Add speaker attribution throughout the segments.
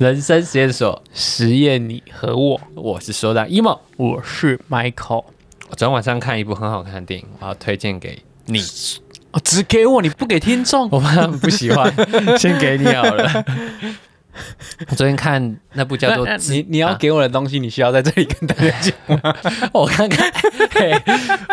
Speaker 1: 人生实验所，
Speaker 2: 实验你和我，
Speaker 1: 我是说的 emo。
Speaker 2: 我是 Michael。
Speaker 1: 我昨天晚上看一部很好看的电影，我要推荐给你。
Speaker 2: 哦，只给我，你不给听众。
Speaker 1: 我怕你不喜欢， 先给你好 了。我昨天看那部叫做
Speaker 2: 那那
Speaker 1: 《自
Speaker 2: 你你要
Speaker 1: 啊
Speaker 2: 给我的东西，你需要在这里跟大家讲。
Speaker 1: 我刚刚， 嘿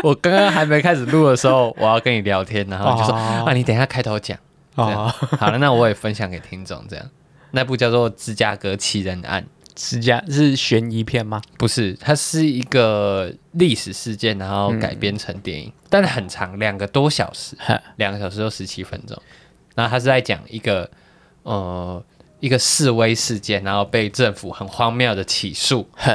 Speaker 1: 我刚刚还没开始录的时候，我要跟你聊天，然后你就说、
Speaker 2: 哦
Speaker 1: 啊，你等一下开头讲。
Speaker 2: 哦，
Speaker 1: 好了，那我也分享给听众，这样。那部叫做《芝加哥七人案》，
Speaker 2: 是这样，是悬疑片吗？
Speaker 1: 不是，它是一个历史事件，然后改编成电影，但很长，两个多小时，
Speaker 2: 哈
Speaker 1: 两个小时又十七分钟。然后它是在讲一个呃一个示威事件，然后被政府很荒谬的起诉，
Speaker 2: 呵，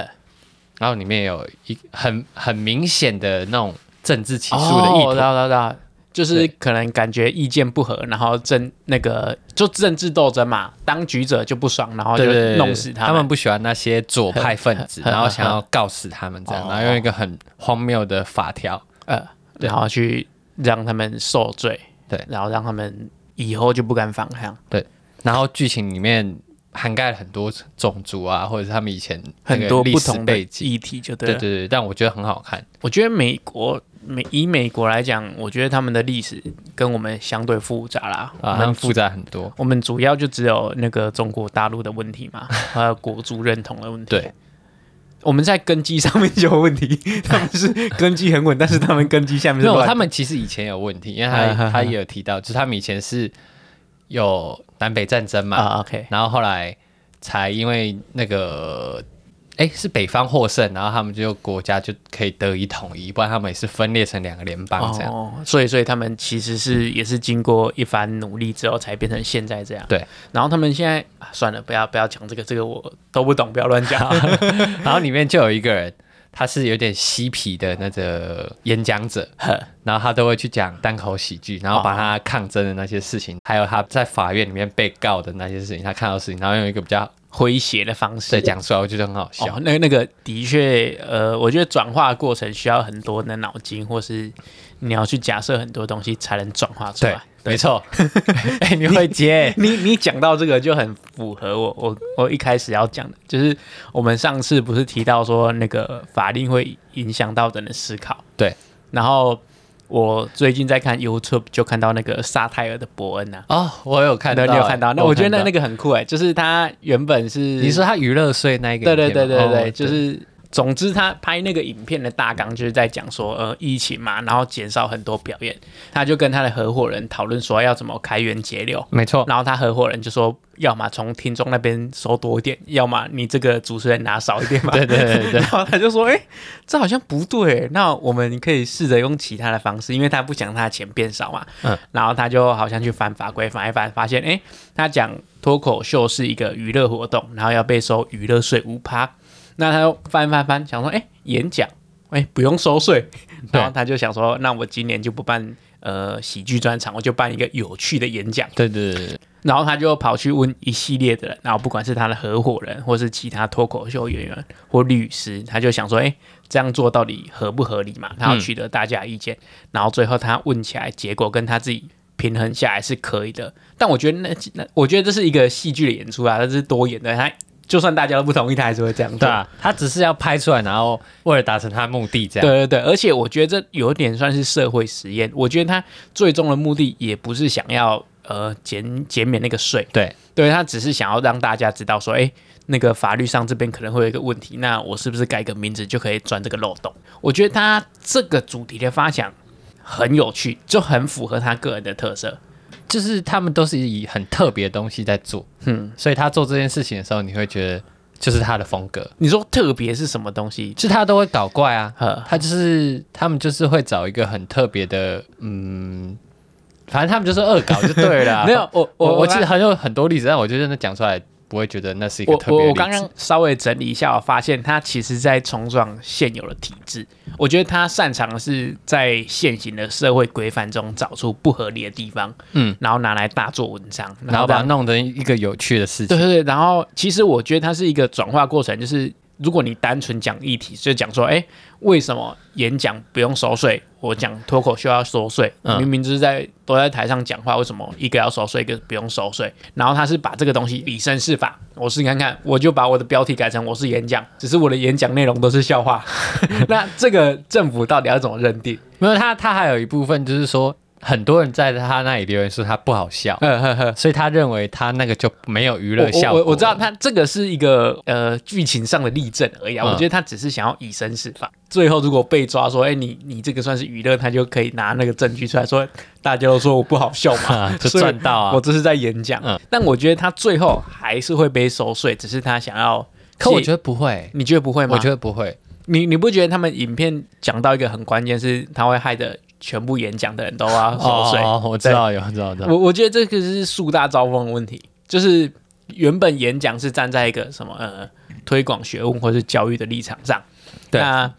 Speaker 1: 然后里面有一很很明显的那种政治起诉的意
Speaker 2: 哦
Speaker 1: 图。
Speaker 2: 我知道，我知道，我知道就是
Speaker 1: 对
Speaker 2: 可能感觉意见不合，然后政那个就政治斗争嘛，当局者就不爽，然后就
Speaker 1: 对对对，
Speaker 2: 弄死
Speaker 1: 他
Speaker 2: 他们。
Speaker 1: 不喜欢那些左派分子，
Speaker 2: 呵呵
Speaker 1: 然后想要告死他们这样，
Speaker 2: 哦
Speaker 1: 然后用一个很荒谬的法条。
Speaker 2: 呃，然后去让他们受罪，
Speaker 1: 对
Speaker 2: 然后让他们以后就不敢反抗。
Speaker 1: 然后剧情里面涵盖了很多种族啊，或者是他们以前那个
Speaker 2: 很多
Speaker 1: 历
Speaker 2: 不
Speaker 1: 史
Speaker 2: 同的
Speaker 1: 背景。
Speaker 2: 议题就对
Speaker 1: 对
Speaker 2: 了。
Speaker 1: 对对，但我觉得很好看。
Speaker 2: 我觉得美国美以美国来讲，我觉得他们的历史跟我们相对复杂啦，
Speaker 1: 啊，
Speaker 2: 我
Speaker 1: 它
Speaker 2: 们
Speaker 1: 复杂很多。
Speaker 2: 我们主要就只有那个中国大陆的问题嘛， 还有国族认同的问题。
Speaker 1: 对，
Speaker 2: 我们在根基上面就有问题， 他们是根基很稳，但是他们根基下
Speaker 1: 没
Speaker 2: 面是
Speaker 1: 有，
Speaker 2: 乱。
Speaker 1: 他们其实以前有问题，因为
Speaker 2: 啊
Speaker 1: 他
Speaker 2: 哈哈
Speaker 1: 他也有提到，就是他们以前是有南北战争嘛，
Speaker 2: 啊，OK，
Speaker 1: 然后后来才因为那个。哎，是北方获胜，然后他们就国家就可以得以统一，不然他们也是分裂成两个联邦这样。
Speaker 2: 哦，所以所以他们其实是也是经过一番努力之后才变成现在这样。
Speaker 1: 对，
Speaker 2: 然后他们现在、啊算了，不要不要讲这个，这个我都不懂，不要 乱讲。
Speaker 1: 然后里面就有一个人，他是有点嬉皮的那个演讲者，然后他都会去讲单口喜剧，然后把他抗争的那些事情，还有他在法院里面被告的那些事情，他看到的事情，然后用一个比较
Speaker 2: 诙谐的方式
Speaker 1: 对讲出来，我觉得很好笑。
Speaker 2: 哦，那那个的确，呃，我觉得转化过程需要很多的脑筋，或是你要去假设很多东西才能转化出
Speaker 1: 对
Speaker 2: 来。，
Speaker 1: 没错。 哎、你会接？
Speaker 2: 你你讲到这个就很符合我我我一开始要讲的，就是我们上次不是提到说那个法令会影响到人的思考，
Speaker 1: 对。
Speaker 2: 然后我最近在看 YouTube，就看到那个沙泰尔的伯恩啊，
Speaker 1: 哦，我有看到，
Speaker 2: 你有看到？那我觉得那那
Speaker 1: 个，
Speaker 2: 个很酷哎、就是他原本是
Speaker 1: 你说他娱乐税那一个
Speaker 2: 对
Speaker 1: 影片
Speaker 2: 对
Speaker 1: 吗，
Speaker 2: 对对对，
Speaker 1: 哦
Speaker 2: 就是总之他拍那个影片的大纲就是在讲说，呃，疫情嘛，然后减少很多表演，他就跟他的合伙人讨论说要怎么开源节流。
Speaker 1: 没错。
Speaker 2: 然后他合伙人就说，要么从听众那边收多一点， 要么你这个主持人拿少一点嘛。
Speaker 1: 对对对对对
Speaker 2: 然后他就说，哎、这好像不对，那我们可以试着用其他的方式，因为他不想他的钱变少嘛。
Speaker 1: 嗯。
Speaker 2: 然后他就好像去翻法规，翻一翻，发现，哎、他讲脱口秀是一个娱乐活动，然后要被收娱乐税五趴。那他又翻翻翻，想说，哎、演讲，哎、不用收税。
Speaker 1: 对
Speaker 2: 然后他就想说，那我今年就不办呃喜剧专场，我就办一个有趣的演讲。
Speaker 1: 对对对对，
Speaker 2: 然后他就跑去问一系列的人，然后不管是他的合伙人，或是其他脱口秀演员或律师，他就想说，哎，这样做到底合不合理嘛？他要取得大家的意见，然后最后他问起来，结果跟他自己平衡下来是可以的。但我觉得那那，我觉得这是一个戏剧的演出啊，这是多演的，他就算大家都不同意，他还是会这样
Speaker 1: 对
Speaker 2: 做。
Speaker 1: 啊，他只是要拍出来，然后为了达成他的目的，这样。
Speaker 2: 对对对，而且我觉得这有点算是社会实验。我觉得他最终的目的也不是想要呃减减免那个税，
Speaker 1: 对
Speaker 2: 对他只是想要让大家知道说，哎，那个法律上这边可能会有一个问题，那我是不是改个名字就可以钻这个漏洞？我觉得他这个主题的发想很有趣，就很符合他个人的特色。
Speaker 1: 就是他们都是以很特别的东西在做，嗯，所以他做这件事情的时候，你会觉得就是他的风格，
Speaker 2: 你说特别是什么东西？
Speaker 1: 就是他都会搞怪啊
Speaker 2: 呵，
Speaker 1: 他就是他们就是会找一个很特别的，嗯，反正他们就是恶搞就对了啊
Speaker 2: 。没有，，我
Speaker 1: 我
Speaker 2: 我
Speaker 1: 我记
Speaker 2: 记
Speaker 1: 得
Speaker 2: 得
Speaker 1: 很有很多例子，但我觉得那讲出来不会觉得那是一个
Speaker 2: 我
Speaker 1: 特别的
Speaker 2: 我
Speaker 1: 例
Speaker 2: 我
Speaker 1: 子
Speaker 2: 刚刚稍微整理一下，我发现他其实在冲撞现有的体制。我觉得他擅长的是在现行的社会规范中找出不合理的地方，
Speaker 1: 嗯，
Speaker 2: 然后拿来大做文章，
Speaker 1: 然后
Speaker 2: 让
Speaker 1: 把它弄成一个有趣的事
Speaker 2: 对
Speaker 1: 情，
Speaker 2: 对对，然后其实我觉得它是一个转化过程，就是如果你单纯讲议题，就讲说，哎、为什么演讲不用收税？我讲脱口秀要收税，
Speaker 1: 嗯
Speaker 2: 明明就是在都在台上讲话，为什么一个要收税，一个不用收税？然后他是把这个东西以身试法，我试看看，我就把我的标题改成我是演讲，只是我的演讲内容都是笑话。 那这个政府到底要怎么认定？
Speaker 1: 没有他，他还有一部分就是说，很多人在他那里留言说他不好笑，
Speaker 2: 呵呵呵。
Speaker 1: 所以他认为他那个就没有娱
Speaker 2: 呃我
Speaker 1: 乐效
Speaker 2: 我
Speaker 1: 果啊
Speaker 2: 我我知道他这个是一个呃剧情上的例证而已啊，
Speaker 1: 嗯
Speaker 2: 我觉得他只是想要以身试法。最后如果被抓说，哎、你你这个算是娱乐，他就可以拿那个证据出来说，大家都说我不好笑嘛，
Speaker 1: 就
Speaker 2: 所以
Speaker 1: 赚到 啊
Speaker 2: 我这是在演讲，
Speaker 1: 嗯
Speaker 2: 但我觉得他最后还是会被收税，只是他想要。
Speaker 1: 可我觉
Speaker 2: 得，
Speaker 1: 得不会，
Speaker 2: 你觉得不会吗？
Speaker 1: 我觉得不会。
Speaker 2: 你你不觉得他们影片讲到一个很关键，是他会害得全部演讲的人都要收税？
Speaker 1: 哦，我知道有，我知道，我知道。
Speaker 2: 我我觉得这个是树大招风的问题，就是原本演讲是站在一个什么呃推广学问或是教育的立场上，
Speaker 1: 对
Speaker 2: 那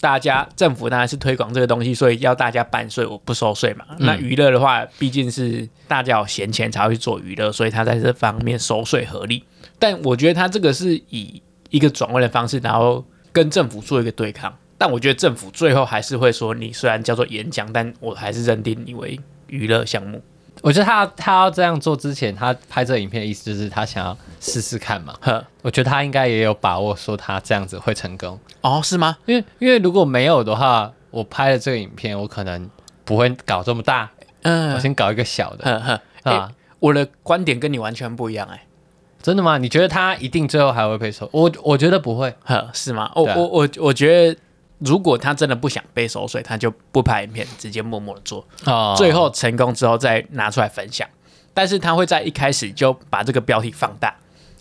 Speaker 2: 大家政府当然是推广这个东西，所以要大家办税，我不收税嘛。
Speaker 1: 嗯
Speaker 2: 那娱乐的话，毕竟是大家有闲钱才会去做娱乐，所以他在这方面收税合理。但我觉得他这个是以一个转换的方式，然后跟政府做一个对抗。但我觉得政府最后还是会说，你虽然叫做演讲，但我还是认定你为娱乐项目。
Speaker 1: 我觉得他他要这样做之前，他拍这个影片的意思就是他想要试试看嘛。
Speaker 2: 呵，
Speaker 1: 我觉得他应该也有把握说他这样子会成功，
Speaker 2: 哦，是吗？
Speaker 1: 因为因为如果没有的话，我拍了这个影片，我可能不会搞这么大，我
Speaker 2: 嗯，
Speaker 1: 先搞一个小的
Speaker 2: 呵呵，
Speaker 1: 啊。
Speaker 2: 哎我的观点跟你完全不一样哎、
Speaker 1: 真的吗？你觉得他一定最后还会被收？我我觉得不会。
Speaker 2: 呵，是吗？我
Speaker 1: 对啊
Speaker 2: 我我我觉得，如果他真的不想被收税，他就不拍影片，直接默默的做，
Speaker 1: 哦
Speaker 2: 最后成功之后再拿出来分享。但是他会在一开始就把这个标题放大。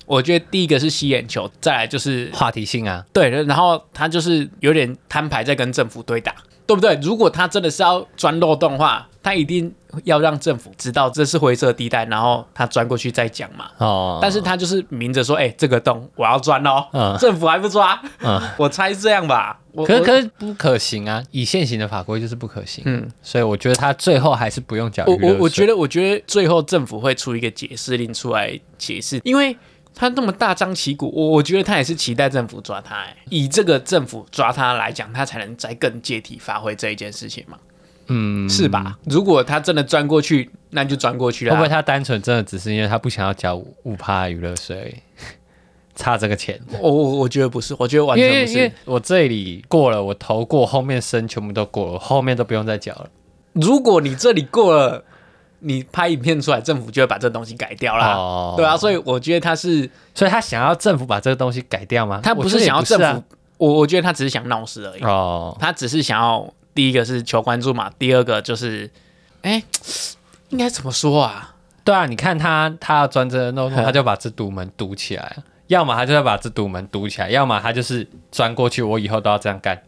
Speaker 2: 我觉得第一个是吸眼球，再来就是
Speaker 1: 话题性啊，
Speaker 2: 对，然后他就是有点摊牌在跟政府对打，对不对？如果他真的是要钻漏洞的话，他一定要让政府知道这是灰色地带，然后他钻过去再讲嘛。
Speaker 1: 哦，
Speaker 2: 但是他就是明着说，哎、这个洞我要钻哦，
Speaker 1: 嗯
Speaker 2: 政府还不抓，
Speaker 1: 嗯
Speaker 2: 我猜是这样吧。我
Speaker 1: 可是
Speaker 2: 我
Speaker 1: 可是不可行啊，以现行的法规就是不可行。
Speaker 2: 嗯
Speaker 1: 嗯，所以我觉得他最后还是不用讲
Speaker 2: 我
Speaker 1: 娱乐
Speaker 2: 我我觉
Speaker 1: 得
Speaker 2: 得，我觉得最后政府会出一个解释令出来解释，因为他那么大张旗鼓，我我觉得他也是期待政府抓他、哎，以这个政府抓他来讲，他才能再更借题发挥这一件事情嘛，
Speaker 1: 嗯，
Speaker 2: 是吧？如果他真的钻过去，那就钻过去
Speaker 1: 会
Speaker 2: 了。
Speaker 1: 不会他单纯真的只是因为他不想要交五趴娱乐税而 已，差这个钱？
Speaker 2: 我我我觉得不是，我觉得完
Speaker 1: 因
Speaker 2: 全
Speaker 1: 为
Speaker 2: 不
Speaker 1: 因为
Speaker 2: 是。
Speaker 1: 我这里过了，我头过，后面身全部都过了，我后面都不用再缴了。
Speaker 2: 如果你这里过了，你拍影片出来，政府就会把这东西改掉啦。
Speaker 1: 哦
Speaker 2: 对啊，所以我觉得他是
Speaker 1: 所以他想要政府把这个东西改掉吗？
Speaker 2: 他不
Speaker 1: 我
Speaker 2: 是
Speaker 1: 觉得也
Speaker 2: 想要政府，
Speaker 1: 啊
Speaker 2: 我我觉得他只是想闹事而已。
Speaker 1: 哦，
Speaker 2: 他只是想要第一个是求关注嘛，第二个就是，哎、应该怎么说啊？
Speaker 1: 对啊，你看他，他要钻这个 漏洞，
Speaker 2: 嗯
Speaker 1: 他就把这堵门堵起来了。要么他就要把这堵门堵起来，要么他就是钻过去，我以后都要这样干，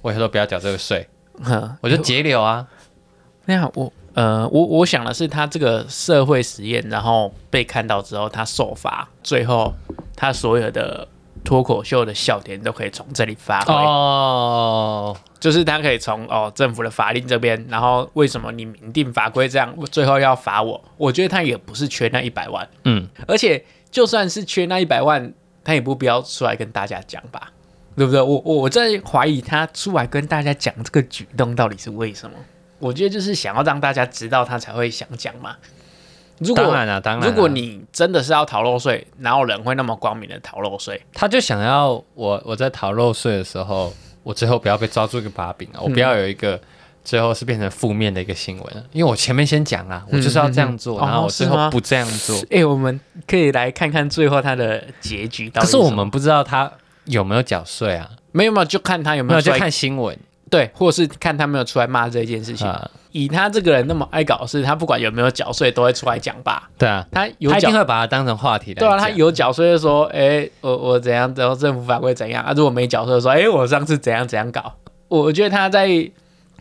Speaker 1: 我以后都不要缴这个税，
Speaker 2: 哼，
Speaker 1: 我就节流啊。
Speaker 2: 那样我呃，我我想的是他这个社会实验，然后被看到之后，他受罚，最后他所有的脱口秀的笑点都可以从这里发挥，
Speaker 1: 哦，
Speaker 2: 就是他可以从哦政府的法令这边，然后为什么你明定法规这样，最后要罚我？我觉得他也不是缺那一百万，
Speaker 1: 嗯，
Speaker 2: 而且就算是缺那一百万，他也不必要出来跟大家讲吧，对不对？我我我在怀疑他出来跟大家讲这个举动到底是为什么？我觉得就是想要让大家知道他才会想讲嘛。如果
Speaker 1: 当然啊，当然啊、
Speaker 2: 如果你真的是要逃漏税，哪有人会那么光明的逃漏税？
Speaker 1: 他就想要我我在逃漏税的时候，我最后不要被抓住一个把柄啊，我不要有一个最后是变成负面的一个新闻啊，因为我前面先讲啊，我就是要这样做，
Speaker 2: 嗯嗯嗯
Speaker 1: 然后
Speaker 2: 哦
Speaker 1: 我最
Speaker 2: 是吗
Speaker 1: 后不这样做，
Speaker 2: 哎、我们可以来看看最后他的结局到
Speaker 1: 可
Speaker 2: 底
Speaker 1: 是
Speaker 2: 什么
Speaker 1: 我们不知道他有没有缴税啊，
Speaker 2: 没有没有，就看他有没
Speaker 1: 没
Speaker 2: 有
Speaker 1: 有
Speaker 2: 出
Speaker 1: 就
Speaker 2: 来
Speaker 1: 看新闻
Speaker 2: 对，或是看他没有出来骂这件事情。
Speaker 1: 啊，
Speaker 2: 以他这个人那么爱搞事，他不管有没有缴税都会出来讲吧。
Speaker 1: 对啊。
Speaker 2: 他有
Speaker 1: 他一
Speaker 2: 缴
Speaker 1: 定会把它当成话题来
Speaker 2: 对啊，他
Speaker 1: 讲
Speaker 2: 有缴税就说，哎、我我怎样，然后政府法规怎样啊？如果没缴税，说，哎、我上次怎样怎样搞。我我觉得他在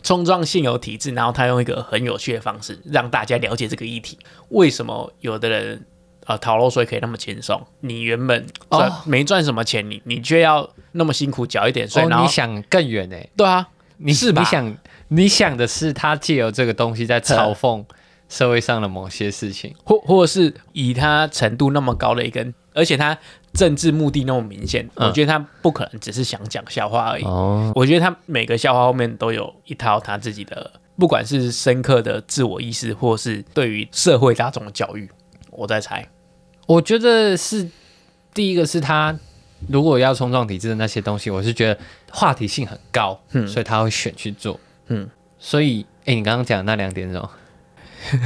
Speaker 2: 冲撞现有体制，然后他用一个很有趣的方式让大家了解这个议题。为什么有的人啊逃漏税可以那么轻松？你原本赚、
Speaker 1: 哦
Speaker 2: 没赚什么钱，你你却要那么辛苦缴一点税，然
Speaker 1: 哦，
Speaker 2: 后
Speaker 1: 你想更远呢？
Speaker 2: 对啊，
Speaker 1: 你
Speaker 2: 是吧
Speaker 1: 你想你想的是他借由这个东西 在嘲讽社会上的某些事情，
Speaker 2: 或或者是以他程度那么高的一个而且他政治目的那么明显，
Speaker 1: 嗯
Speaker 2: 我觉得他不可能只是想讲笑话而已。
Speaker 1: 哦，
Speaker 2: 我觉得他每个笑话后面都有一套他自己的，不管是深刻的自我意识，或是对于社会大众的教育，我在猜。
Speaker 1: 我觉得是第一个是他如果要冲撞体制的那些东西，我是觉得话题性很高，所以他会选去做，
Speaker 2: 嗯
Speaker 1: 嗯，所以哎、你刚刚讲的那两点是什么？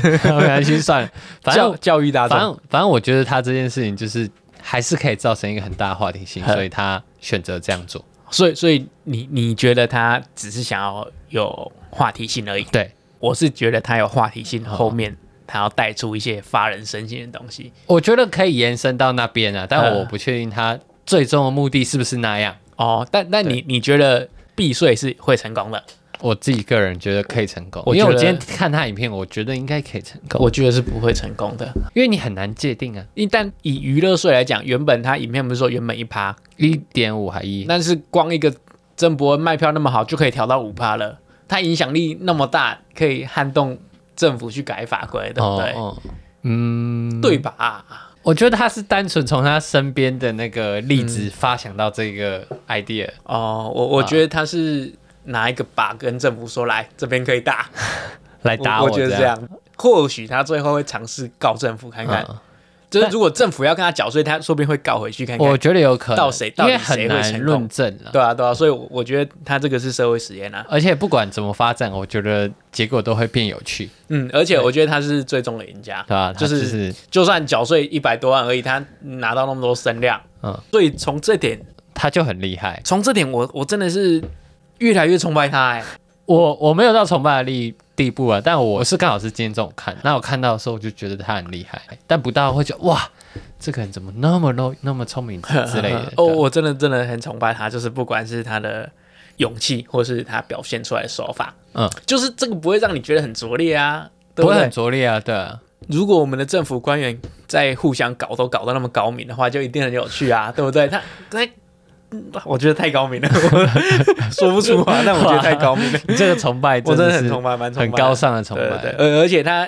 Speaker 1: 没关系，算了， 反正
Speaker 2: 教教育大
Speaker 1: 反
Speaker 2: 众，
Speaker 1: 正反正我觉得他这件事情就是还是可以造成一个很大的话题性，
Speaker 2: 哼
Speaker 1: 所以他选择这样做。
Speaker 2: 所以所以你你觉得他只是想要有话题性而已？
Speaker 1: 对，
Speaker 2: 我是觉得他有话题性，后
Speaker 1: 嗯
Speaker 2: 面他要带出一些发人深省的东西。
Speaker 1: 我觉得可以延伸到那边啊，但
Speaker 2: 嗯
Speaker 1: 我不确定他最终的目的是不是那样。
Speaker 2: 哦，但但你你觉得避税是会成功的？
Speaker 1: 我自己个人觉得可以成功，
Speaker 2: 我
Speaker 1: 因为我
Speaker 2: 觉
Speaker 1: 今
Speaker 2: 得
Speaker 1: 天看他影片，我觉得应该可以成功，
Speaker 2: 我觉得是不会成功的。
Speaker 1: 因为你很难界定啊，
Speaker 2: 一旦以娱乐税来讲，原本他影片不是说原本一趴，
Speaker 1: 一点五还一，
Speaker 2: 但是光一个郑伯恩卖票那么好，就可以调到五趴了。他影响力那么大，可以撼动政府去改法规，对不对？
Speaker 1: 哦，嗯，
Speaker 2: 对吧？
Speaker 1: 我觉得他是单纯从他身边的那个例子
Speaker 2: 嗯
Speaker 1: 发想到这个 idea，、
Speaker 2: 哦，我
Speaker 1: 啊
Speaker 2: 我觉得他是拿一个把跟政府说，来这边可以打，
Speaker 1: 来 打
Speaker 2: 我
Speaker 1: 这
Speaker 2: 觉得这样。或许他最后会尝试告政府看看，
Speaker 1: 嗯
Speaker 2: 就是如果政府要跟他缴税，他说不定会告回去看看。
Speaker 1: 我觉得有可能，
Speaker 2: 到谁
Speaker 1: 因为
Speaker 2: 到底
Speaker 1: 很
Speaker 2: 谁会
Speaker 1: 难
Speaker 2: 成功
Speaker 1: 论证了。
Speaker 2: 对啊，对啊，所以我我觉得他这个是社会实验啊。
Speaker 1: 而且不管怎么发展，我觉得结果都会变有趣，
Speaker 2: 嗯，而且我觉得他是最终的赢家，
Speaker 1: 对啊吧、它
Speaker 2: 就
Speaker 1: 就是是
Speaker 2: 就算缴税一百多万而已，他拿到那么多声量，
Speaker 1: 嗯
Speaker 2: 所以从这点，
Speaker 1: 他就很厉害。
Speaker 2: 从这点我我真的是越来越崇拜他、哎，
Speaker 1: 我我没有到崇拜的地地步啊，但我是刚好是今天中午看，那我看到的时候我就觉得他很厉害，但不到会觉得哇，这个人怎么那么 low 那么聪明之
Speaker 2: 。
Speaker 1: 类的
Speaker 2: 哦，
Speaker 1: 对啊
Speaker 2: 我真的真的很崇拜他，就是不管是他的勇气，或是他表现出来的手法，
Speaker 1: 嗯，
Speaker 2: 就是这个不会让你觉得很拙劣啊，对
Speaker 1: 不
Speaker 2: 不
Speaker 1: 会
Speaker 2: 对
Speaker 1: 很？拙劣啊，对 啊，
Speaker 2: 如果我们的政府官员在互相搞都搞到那么高明的话，就一定很有 趣啊，对不对？他他。嗯我觉得太高明了，我说不出话，但我觉得太高明了，
Speaker 1: 你这个崇拜
Speaker 2: 我真的
Speaker 1: 是
Speaker 2: 很崇拜，蛮崇拜
Speaker 1: 很
Speaker 2: 的，
Speaker 1: 高尚的崇
Speaker 2: 对
Speaker 1: 拜。
Speaker 2: 对，而而且他，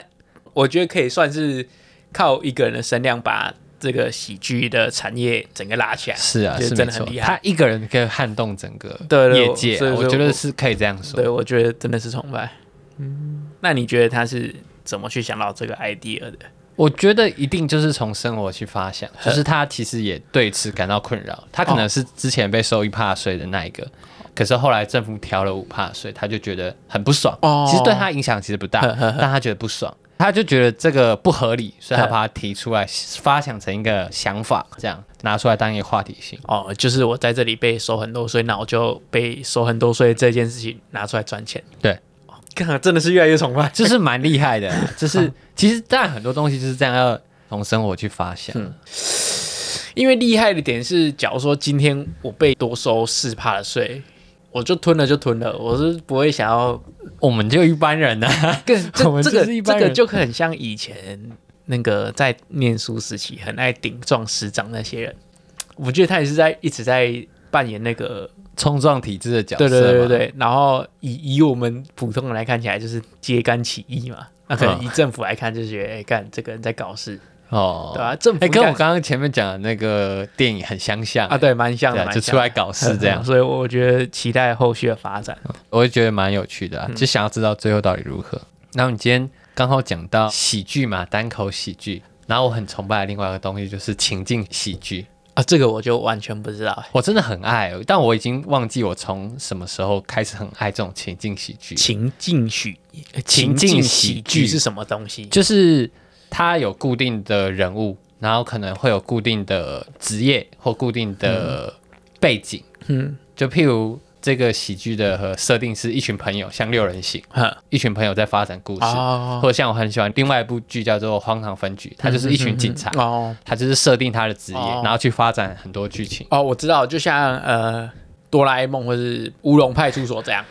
Speaker 2: 我觉得可以算是靠一个人的声量把这个喜剧的产业整个拉起来。
Speaker 1: 是啊，
Speaker 2: 觉得
Speaker 1: 是没
Speaker 2: 真的很
Speaker 1: 错，
Speaker 2: 厉害
Speaker 1: 他一个人可以撼动整个
Speaker 2: 对对
Speaker 1: 业
Speaker 2: 我
Speaker 1: 界
Speaker 2: 所以
Speaker 1: 啊，
Speaker 2: 说
Speaker 1: 我觉得
Speaker 2: 我
Speaker 1: 是可以这样说。
Speaker 2: 对，我觉得真的是崇拜。嗯，那你觉得他是怎么去想到这个 idea 的？
Speaker 1: 我觉得一定就是从生活去发 想，就是他其实也对此感到困扰。他可能是之前被收一帕税的那一
Speaker 2: 哦
Speaker 1: 个，可是后来政府调了五帕税，他就觉得很不爽。
Speaker 2: 哦
Speaker 1: 其实对他影响其实不 大，但他觉得不爽，他就觉得这个不合理，所以 他把它提出来，发想成一个想法，这样拿出来当一个话题性。
Speaker 2: 哦，就是我在这里被收很多税，那我就被收很多税这件事情拿出来赚 钱。
Speaker 1: 对
Speaker 2: 哦，看真的是越来越崇拜。
Speaker 1: 就是蛮厉害的 啊，就是其实但很多东西就是这样，要从生活去发想。
Speaker 2: 因为厉害的点是，假如说今天我被多收四趴的税，我就吞了就吞了，我是不会想 要
Speaker 1: 我们就一般人啊，
Speaker 2: 更
Speaker 1: 我们
Speaker 2: 这
Speaker 1: 就
Speaker 2: 这个
Speaker 1: 是一
Speaker 2: 这
Speaker 1: 般
Speaker 2: 个
Speaker 1: 人
Speaker 2: 就很像以前那个在念书时期很爱顶撞师长那些人，我觉得他也是在一直在扮演那个
Speaker 1: 冲撞体制的角色
Speaker 2: 对
Speaker 1: 嘛。
Speaker 2: 对对对对，然后以以我们普通人来看起来就是揭竿起义嘛，那可能
Speaker 1: 嗯
Speaker 2: 以政府来看就觉得哎干、这个人在搞事，
Speaker 1: 哦，
Speaker 2: 对吧、政府
Speaker 1: 哎、
Speaker 2: 应该、
Speaker 1: 跟我刚刚前面讲的那个电影很相像
Speaker 2: 啊对蛮像
Speaker 1: 对
Speaker 2: 的，
Speaker 1: 啊，
Speaker 2: 蛮
Speaker 1: 就
Speaker 2: 像
Speaker 1: 出
Speaker 2: 的
Speaker 1: 来搞事这样，
Speaker 2: 所以我觉得期待后续的发展。
Speaker 1: 我会觉得蛮有趣的、
Speaker 2: 嗯
Speaker 1: 啊，就想要知道最后到底如何。然后你今天刚好讲到喜剧嘛，单口喜剧，然后我很崇拜的另外一个东西就是情境喜剧，
Speaker 2: 啊，这个我就完全不知道。
Speaker 1: 我真的很爱，但我已经忘记我从什么时候开始很爱这种情境喜剧，
Speaker 2: 情境喜
Speaker 1: 情境喜
Speaker 2: 喜
Speaker 1: 剧
Speaker 2: 剧是什么东西？
Speaker 1: 就是它有固定的人物，然后可能会有固定的职业或固定的背景，
Speaker 2: 嗯，
Speaker 1: 就譬如这个喜剧的呃设定是一群朋友，像六人行，
Speaker 2: 哼
Speaker 1: 一群朋友在发展故事，
Speaker 2: 哦
Speaker 1: 嗯或者像我很喜欢另外一部剧叫做《荒唐分局》，它就是一群警察，
Speaker 2: 哦
Speaker 1: 他就是设定他的职业，
Speaker 2: 哦
Speaker 1: 然后去发展很多剧情。
Speaker 2: 哦，我知道，就像呃哆啦 A 梦或是乌龙派出所这 样，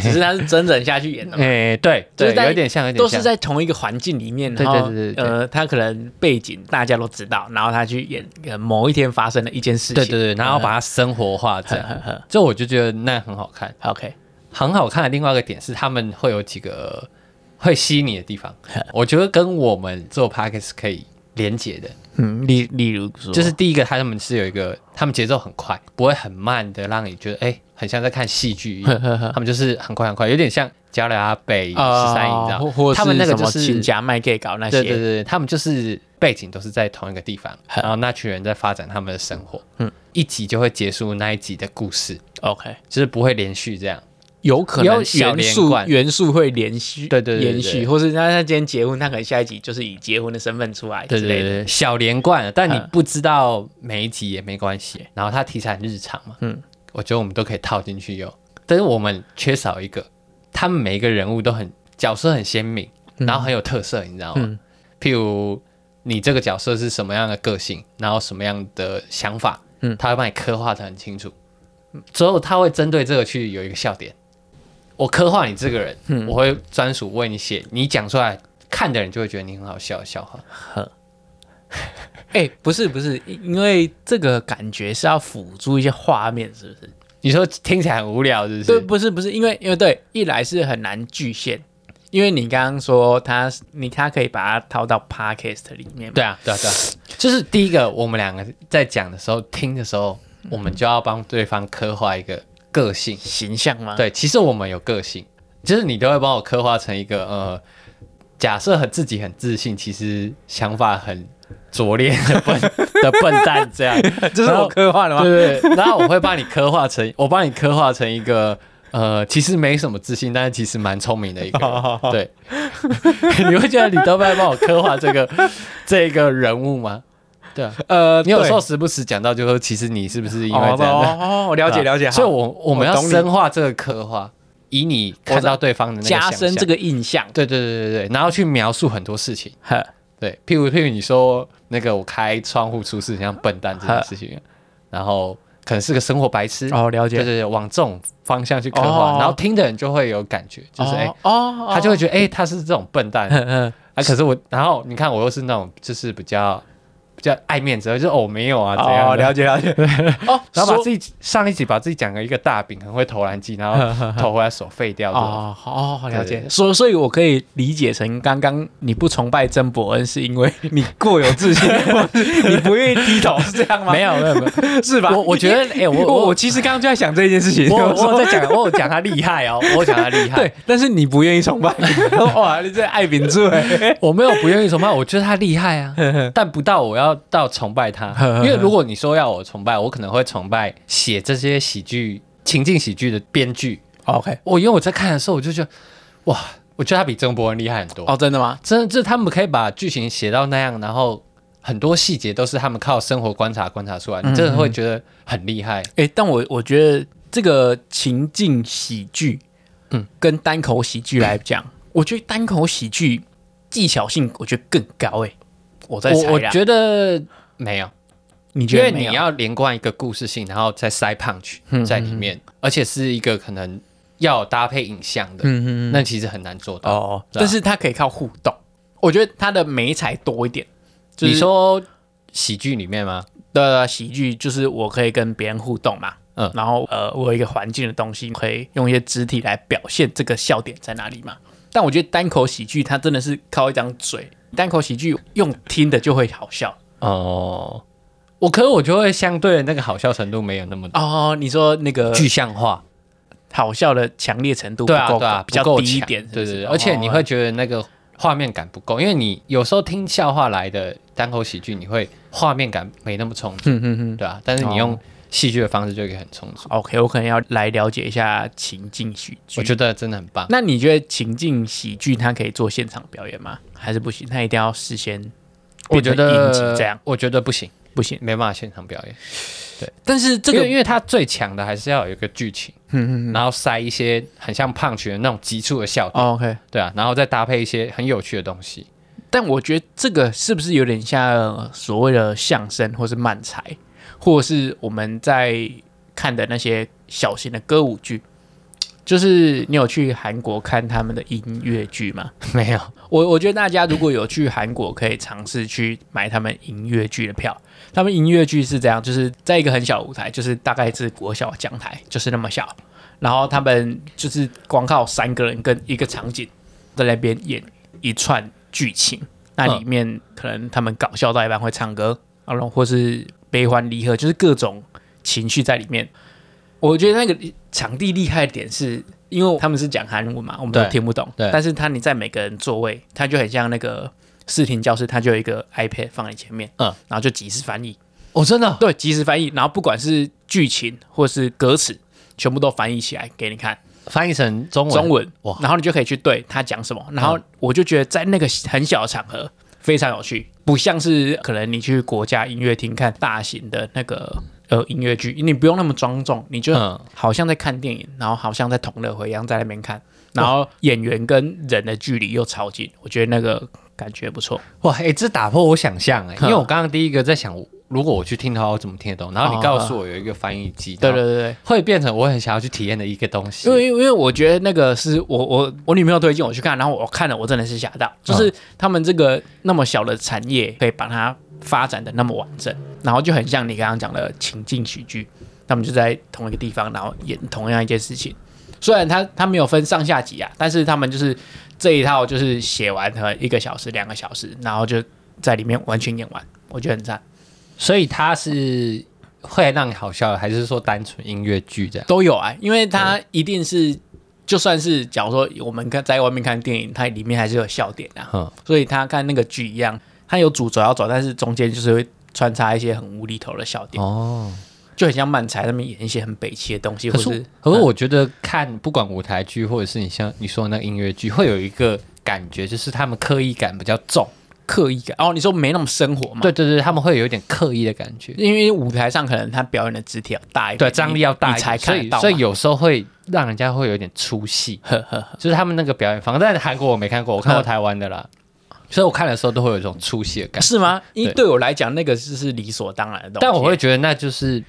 Speaker 2: 只是它是真人下去演的嘛，
Speaker 1: 诶、哎对
Speaker 2: 就
Speaker 1: 对，
Speaker 2: 是在
Speaker 1: 有点像，有点
Speaker 2: 都
Speaker 1: 像，
Speaker 2: 是在同一个环境里面，
Speaker 1: 对
Speaker 2: 然后
Speaker 1: 对对对对
Speaker 2: 呃，他可能背景大家都知道，然后他去演呃某一天发生的一件事情，
Speaker 1: 对对对，然后把它生活化这样， 这我就觉得那很好看。
Speaker 2: ，OK，
Speaker 1: 很好看的另外一个点是，他们 会有几个会吸引你的地方，我觉得跟我们做 podcast 可以连结的，
Speaker 2: 嗯，例例如说，
Speaker 1: 就是第一个他们是有一个，他们节奏很快，不会很慢的让你觉得哎、很像在看戏剧一 样，他们就是很快很快，有点像加勒阿北十三姨这
Speaker 2: 啊呃或
Speaker 1: 样，
Speaker 2: 或
Speaker 1: 他们那个
Speaker 2: 什
Speaker 1: 就
Speaker 2: 么
Speaker 1: 是
Speaker 2: 亲家卖 gay 搞那
Speaker 1: 对对
Speaker 2: 些，
Speaker 1: 对，他们就是背景都是在同一个地 方，然后那群人在发展他们的生活，嗯，一集就会结束那一集的故事，
Speaker 2: OK，
Speaker 1: 就是不会连续这样，
Speaker 2: 有可能
Speaker 1: 有小
Speaker 2: 元
Speaker 1: 连
Speaker 2: 素
Speaker 1: 贯
Speaker 2: 元素会连续，
Speaker 1: 对对对对
Speaker 2: 延续，
Speaker 1: 对
Speaker 2: 或是他他今天结婚，他可能下一集就是以结婚的身份出来
Speaker 1: 对
Speaker 2: 之类
Speaker 1: 对
Speaker 2: 的。
Speaker 1: 对，小连贯，但你
Speaker 2: 嗯
Speaker 1: 不知道每一集也没关系，然后它题材很日常嘛，嗯，我觉得我们都可以套进去用，但是我们缺少一个，他们每一个人物都很角色很鲜明，
Speaker 2: 嗯
Speaker 1: 然后很有特色，你知道吗？譬如你这个角色是什么样的个性，然后什么样的想法，嗯，他会帮你刻画的很清楚，之后他会针对这个去有一个笑点。我刻画你这个人，
Speaker 2: 嗯
Speaker 1: 我会专属为你写，你讲出来，看的人就会觉得你很好笑的笑话。
Speaker 2: 哎、不是不是，因为这个感觉是要辅助一些画面，是不是？
Speaker 1: 你说听起来很无聊，是不
Speaker 2: 对，
Speaker 1: 是？
Speaker 2: 不是不是，因为因为对，一来是很难局限，因为你刚刚说他你他可以把它套到 podcast 里面嘛，
Speaker 1: 对啊，对啊，对啊，就是第一个，我们两个在讲的时候，听的时候，我们就要帮对方刻画一个个性。
Speaker 2: 形象吗？
Speaker 1: 对，其实我们有个性，就是你都会帮我刻画成一个呃，假设很自己很自信，其实想法很拙劣的 笨的笨蛋这样。
Speaker 2: 这是
Speaker 1: 然
Speaker 2: 我
Speaker 1: 后
Speaker 2: 刻画的吗？
Speaker 1: 对对，然后我会帮你刻画成，我帮你刻画成一个呃，其实没什么自信，但是其实蛮聪明的一个
Speaker 2: 哦
Speaker 1: 人。对， 你会觉得你都在帮我刻画这 个这个人物吗？对啊，
Speaker 2: 呃，
Speaker 1: 你有
Speaker 2: 对
Speaker 1: 时候时不时讲到，就说其实你是不是因为
Speaker 2: 哦
Speaker 1: 这样的？
Speaker 2: 哦哦，我了解
Speaker 1: 对啊
Speaker 2: 了解，
Speaker 1: 所以
Speaker 2: 好
Speaker 1: 我我们要
Speaker 2: 我懂你
Speaker 1: 深化这个刻画，以你看到对方的那个
Speaker 2: 加深这
Speaker 1: 个，
Speaker 2: 个印象，
Speaker 1: 对对对对对，然后去描述很多事情。
Speaker 2: 呵，
Speaker 1: 对，譬如譬如你说那个我开窗户出事，像笨蛋这件事情，然后可能是个生活白痴，
Speaker 2: 哦了解
Speaker 1: 对对对，往这种方向去刻画，
Speaker 2: 哦
Speaker 1: 然后听的人就会有感觉，就是哎、
Speaker 2: 哦哦，嗯
Speaker 1: 他就会觉得哎、他是这种笨 蛋，
Speaker 2: 呵呵
Speaker 1: 啊，可是我，然后你看我又是那种就是比较比较爱面子，就是哦没有啊，怎样
Speaker 2: 哦，
Speaker 1: 的
Speaker 2: 了解了解，哦，
Speaker 1: 然后把
Speaker 2: 说
Speaker 1: 自己上一集把自己讲了一个大饼，很 会投篮技，然后投回来手废掉，对吧
Speaker 2: 嗯哦，好好了
Speaker 1: 对对
Speaker 2: 解。
Speaker 1: 对
Speaker 2: 所所以，我可以理解成刚刚你不崇拜曾伯恩，是因为你过有自信，或是你不愿意低头，是这样吗？
Speaker 1: 没有没 有没有，
Speaker 2: 是吧？
Speaker 1: 我我觉得 哎、 我
Speaker 2: 我
Speaker 1: 我
Speaker 2: 我其实刚刚就在想这件事情，
Speaker 1: 我
Speaker 2: 说
Speaker 1: 我有在讲，我有讲他厉害 哦，我有讲他厉害，
Speaker 2: 对，但是你不愿意崇 拜，哇，你这爱秉住哎，
Speaker 1: 我没有不愿意崇拜，我觉得他厉害啊，
Speaker 2: 嗯
Speaker 1: 但不到我要到崇拜他，因为如果你说要我崇拜，我可能会崇拜写这些喜剧情境喜剧的编剧。
Speaker 2: OK，
Speaker 1: 我因为我在看的时候，我就觉得哇，我觉得他比曾伯恩厉害很多。
Speaker 2: 哦，真的吗？
Speaker 1: 真的，这他们可以把剧情写到那样，然后很多细节都是他们靠生活观察观察出来，
Speaker 2: 嗯
Speaker 1: 你真的会觉得很厉害。
Speaker 2: 哎，但我我觉得这个情境喜剧，嗯，跟单口喜剧来
Speaker 1: 嗯
Speaker 2: 讲，我觉得单口喜剧技巧性我觉得更高哎，我在猜
Speaker 1: 我我
Speaker 2: 啦，
Speaker 1: 觉得没有，
Speaker 2: 你觉
Speaker 1: 因为
Speaker 2: 得没
Speaker 1: 你
Speaker 2: 有嗯
Speaker 1: 要连贯一个故事性，然后再塞 punch 在里面，而且是一个可能要有搭配影像的，
Speaker 2: 嗯
Speaker 1: 那其实很难做到。
Speaker 2: 哦，
Speaker 1: 对啊
Speaker 2: 但是它可以靠互动，我觉得它的美彩多一点。就是、
Speaker 1: 你说喜剧里面吗？
Speaker 2: 的喜剧就是我可以跟别人互动嘛，
Speaker 1: 嗯
Speaker 2: 然后呃，我有一个环境的东西，可以用一些肢体来表现这个笑点在哪里嘛。但我觉得单口喜剧它真的是靠一张嘴，单口喜剧用听的就会好笑
Speaker 1: 哦，我可是我就会相对的那个好笑程度没有那么
Speaker 2: 哦。你说那个
Speaker 1: 具象化。
Speaker 2: 好笑的强烈程度不
Speaker 1: 对啊，
Speaker 2: 够
Speaker 1: 对啊，
Speaker 2: 比较
Speaker 1: 不够
Speaker 2: 低一
Speaker 1: 强
Speaker 2: 点，是不
Speaker 1: 对
Speaker 2: 是
Speaker 1: 对对，而且你会
Speaker 2: 哦
Speaker 1: 觉得那个画面感不够，因为你有时候听笑话来的单口喜剧，你会画面感没那么充足，对啊，但是你用戏剧的方式就可以很充足，
Speaker 2: 哦 OK，我可能要来了解一下情境喜剧。
Speaker 1: 我觉得真的很棒。
Speaker 2: 那你觉得情境喜剧它可以做现场表演吗？还是不行？它一定要事先
Speaker 1: 我
Speaker 2: 变
Speaker 1: 觉
Speaker 2: 成
Speaker 1: 得
Speaker 2: 影集这样
Speaker 1: 我觉得不行，
Speaker 2: 不行。
Speaker 1: 没办法现场表演。
Speaker 2: 但是这
Speaker 1: 因
Speaker 2: 个
Speaker 1: 为因为它最强的还是要有一个剧情，然后塞一些很像胖曲的那种急促的笑点，
Speaker 2: 哦 OK，
Speaker 1: 对啊，然后再搭配一些很有趣的东西。
Speaker 2: 但我觉得这个是不是有点像呃所谓的相声，或是漫才，或是我们在看的那些小型的歌舞剧？就是你有去韩国看他们的音乐剧吗？
Speaker 1: 没有，
Speaker 2: 我我觉得大家如果有去韩国，可以尝试去买他们音乐剧的票。他们音乐剧是这样，就是在一个很小的舞台，就是大概是国小讲台，就是那么小。然后他们就是光靠三个人跟一个场景在那边演一串剧情，那里面可能他们搞笑到一半会唱歌，然后或是悲欢离合，就是各种情绪在里面。我觉得那个场地厉害的点是，因为他们是讲韩文嘛，我们都
Speaker 1: 对
Speaker 2: 听不懂。
Speaker 1: 对
Speaker 2: 但是他你在每个人座位，他就很像那个视听教室，他就有一个 iPad 放在前面，
Speaker 1: 嗯
Speaker 2: 然后就即时翻译。
Speaker 1: 哦，真的，
Speaker 2: 对，即时翻译，然后不管是剧情或是歌词，全部都翻译起来给你看
Speaker 1: 翻译成中文，
Speaker 2: 中文
Speaker 1: 哇，嗯
Speaker 2: 然后你就可以去对他讲什么。然后我就觉得在那个很小的场合非常有趣，不像是可能你去国家音乐厅看大型的那个呃音乐剧，你不用那么庄重，你就
Speaker 1: 嗯
Speaker 2: 好像在看电影，然后好像在同乐会一样在那边看，然后演员跟人的距离又超近，我觉得那个感觉不错。
Speaker 1: 哇，哎、这打破我想象哎、
Speaker 2: 哼
Speaker 1: 因为我刚刚第一个在想，如果我去听的话，我怎么听得懂？然后你告诉我有一个翻译机，
Speaker 2: 对
Speaker 1: 然后
Speaker 2: 对对对。
Speaker 1: 会变成我很想要去体验的一个东西
Speaker 2: 因。为因为我觉得那个是我我我女朋友推荐我去看，然后我看了我真的是吓
Speaker 1: 嗯
Speaker 2: 到，就是他们这个那么小的产业可以把它发展的那么完整，然后就很像你刚刚讲的情境喜剧，他们就在同一个地方，然后演同样一件事情。虽然他他没有分上下集啊，但是他们就是这一套就是写完和一个小时、两个小时，然后就在里面完全演完，我觉得很赞，
Speaker 1: 所以它是会让你好笑，还是说单纯音乐剧这样？
Speaker 2: 都有啊，因为它
Speaker 1: 嗯
Speaker 2: 一定是就算是假如说我们看在外面看电影，它里面还是有笑点啊，
Speaker 1: 嗯，
Speaker 2: 所以他看那个剧一样，他有主轴要走，但是中间就是会穿插一些很无厘头的笑点，
Speaker 1: 哦，
Speaker 2: 就很像漫才他们演一些很北气的东西，
Speaker 1: 可
Speaker 2: 或
Speaker 1: 是嗯
Speaker 2: 是
Speaker 1: 可是我觉得看不管舞台剧，或者是你像你说的那个音乐剧，会有一个感觉，就是他们刻意感比较重。
Speaker 2: 刻意感。哦，你说没那么生活嘛？，
Speaker 1: 对对对，他们会有一点刻意的感觉，
Speaker 2: 因为舞台上可能他表演的肢体要大一点，
Speaker 1: 对，张力要大
Speaker 2: 你
Speaker 1: 一
Speaker 2: 才
Speaker 1: 点，所
Speaker 2: 看得
Speaker 1: 以
Speaker 2: 到嘛。
Speaker 1: 所以有时候会让人家会有点出戏。
Speaker 2: 呵呵呵，
Speaker 1: 就是他们那个表演方，但韩国我没看过，我看过台湾的啦，所以我看的时候都会有一种出戏的感觉，
Speaker 2: 是吗？因为
Speaker 1: 对
Speaker 2: 对我来讲，那个是是理所当然的东西。
Speaker 1: 但我会觉得那就是嘖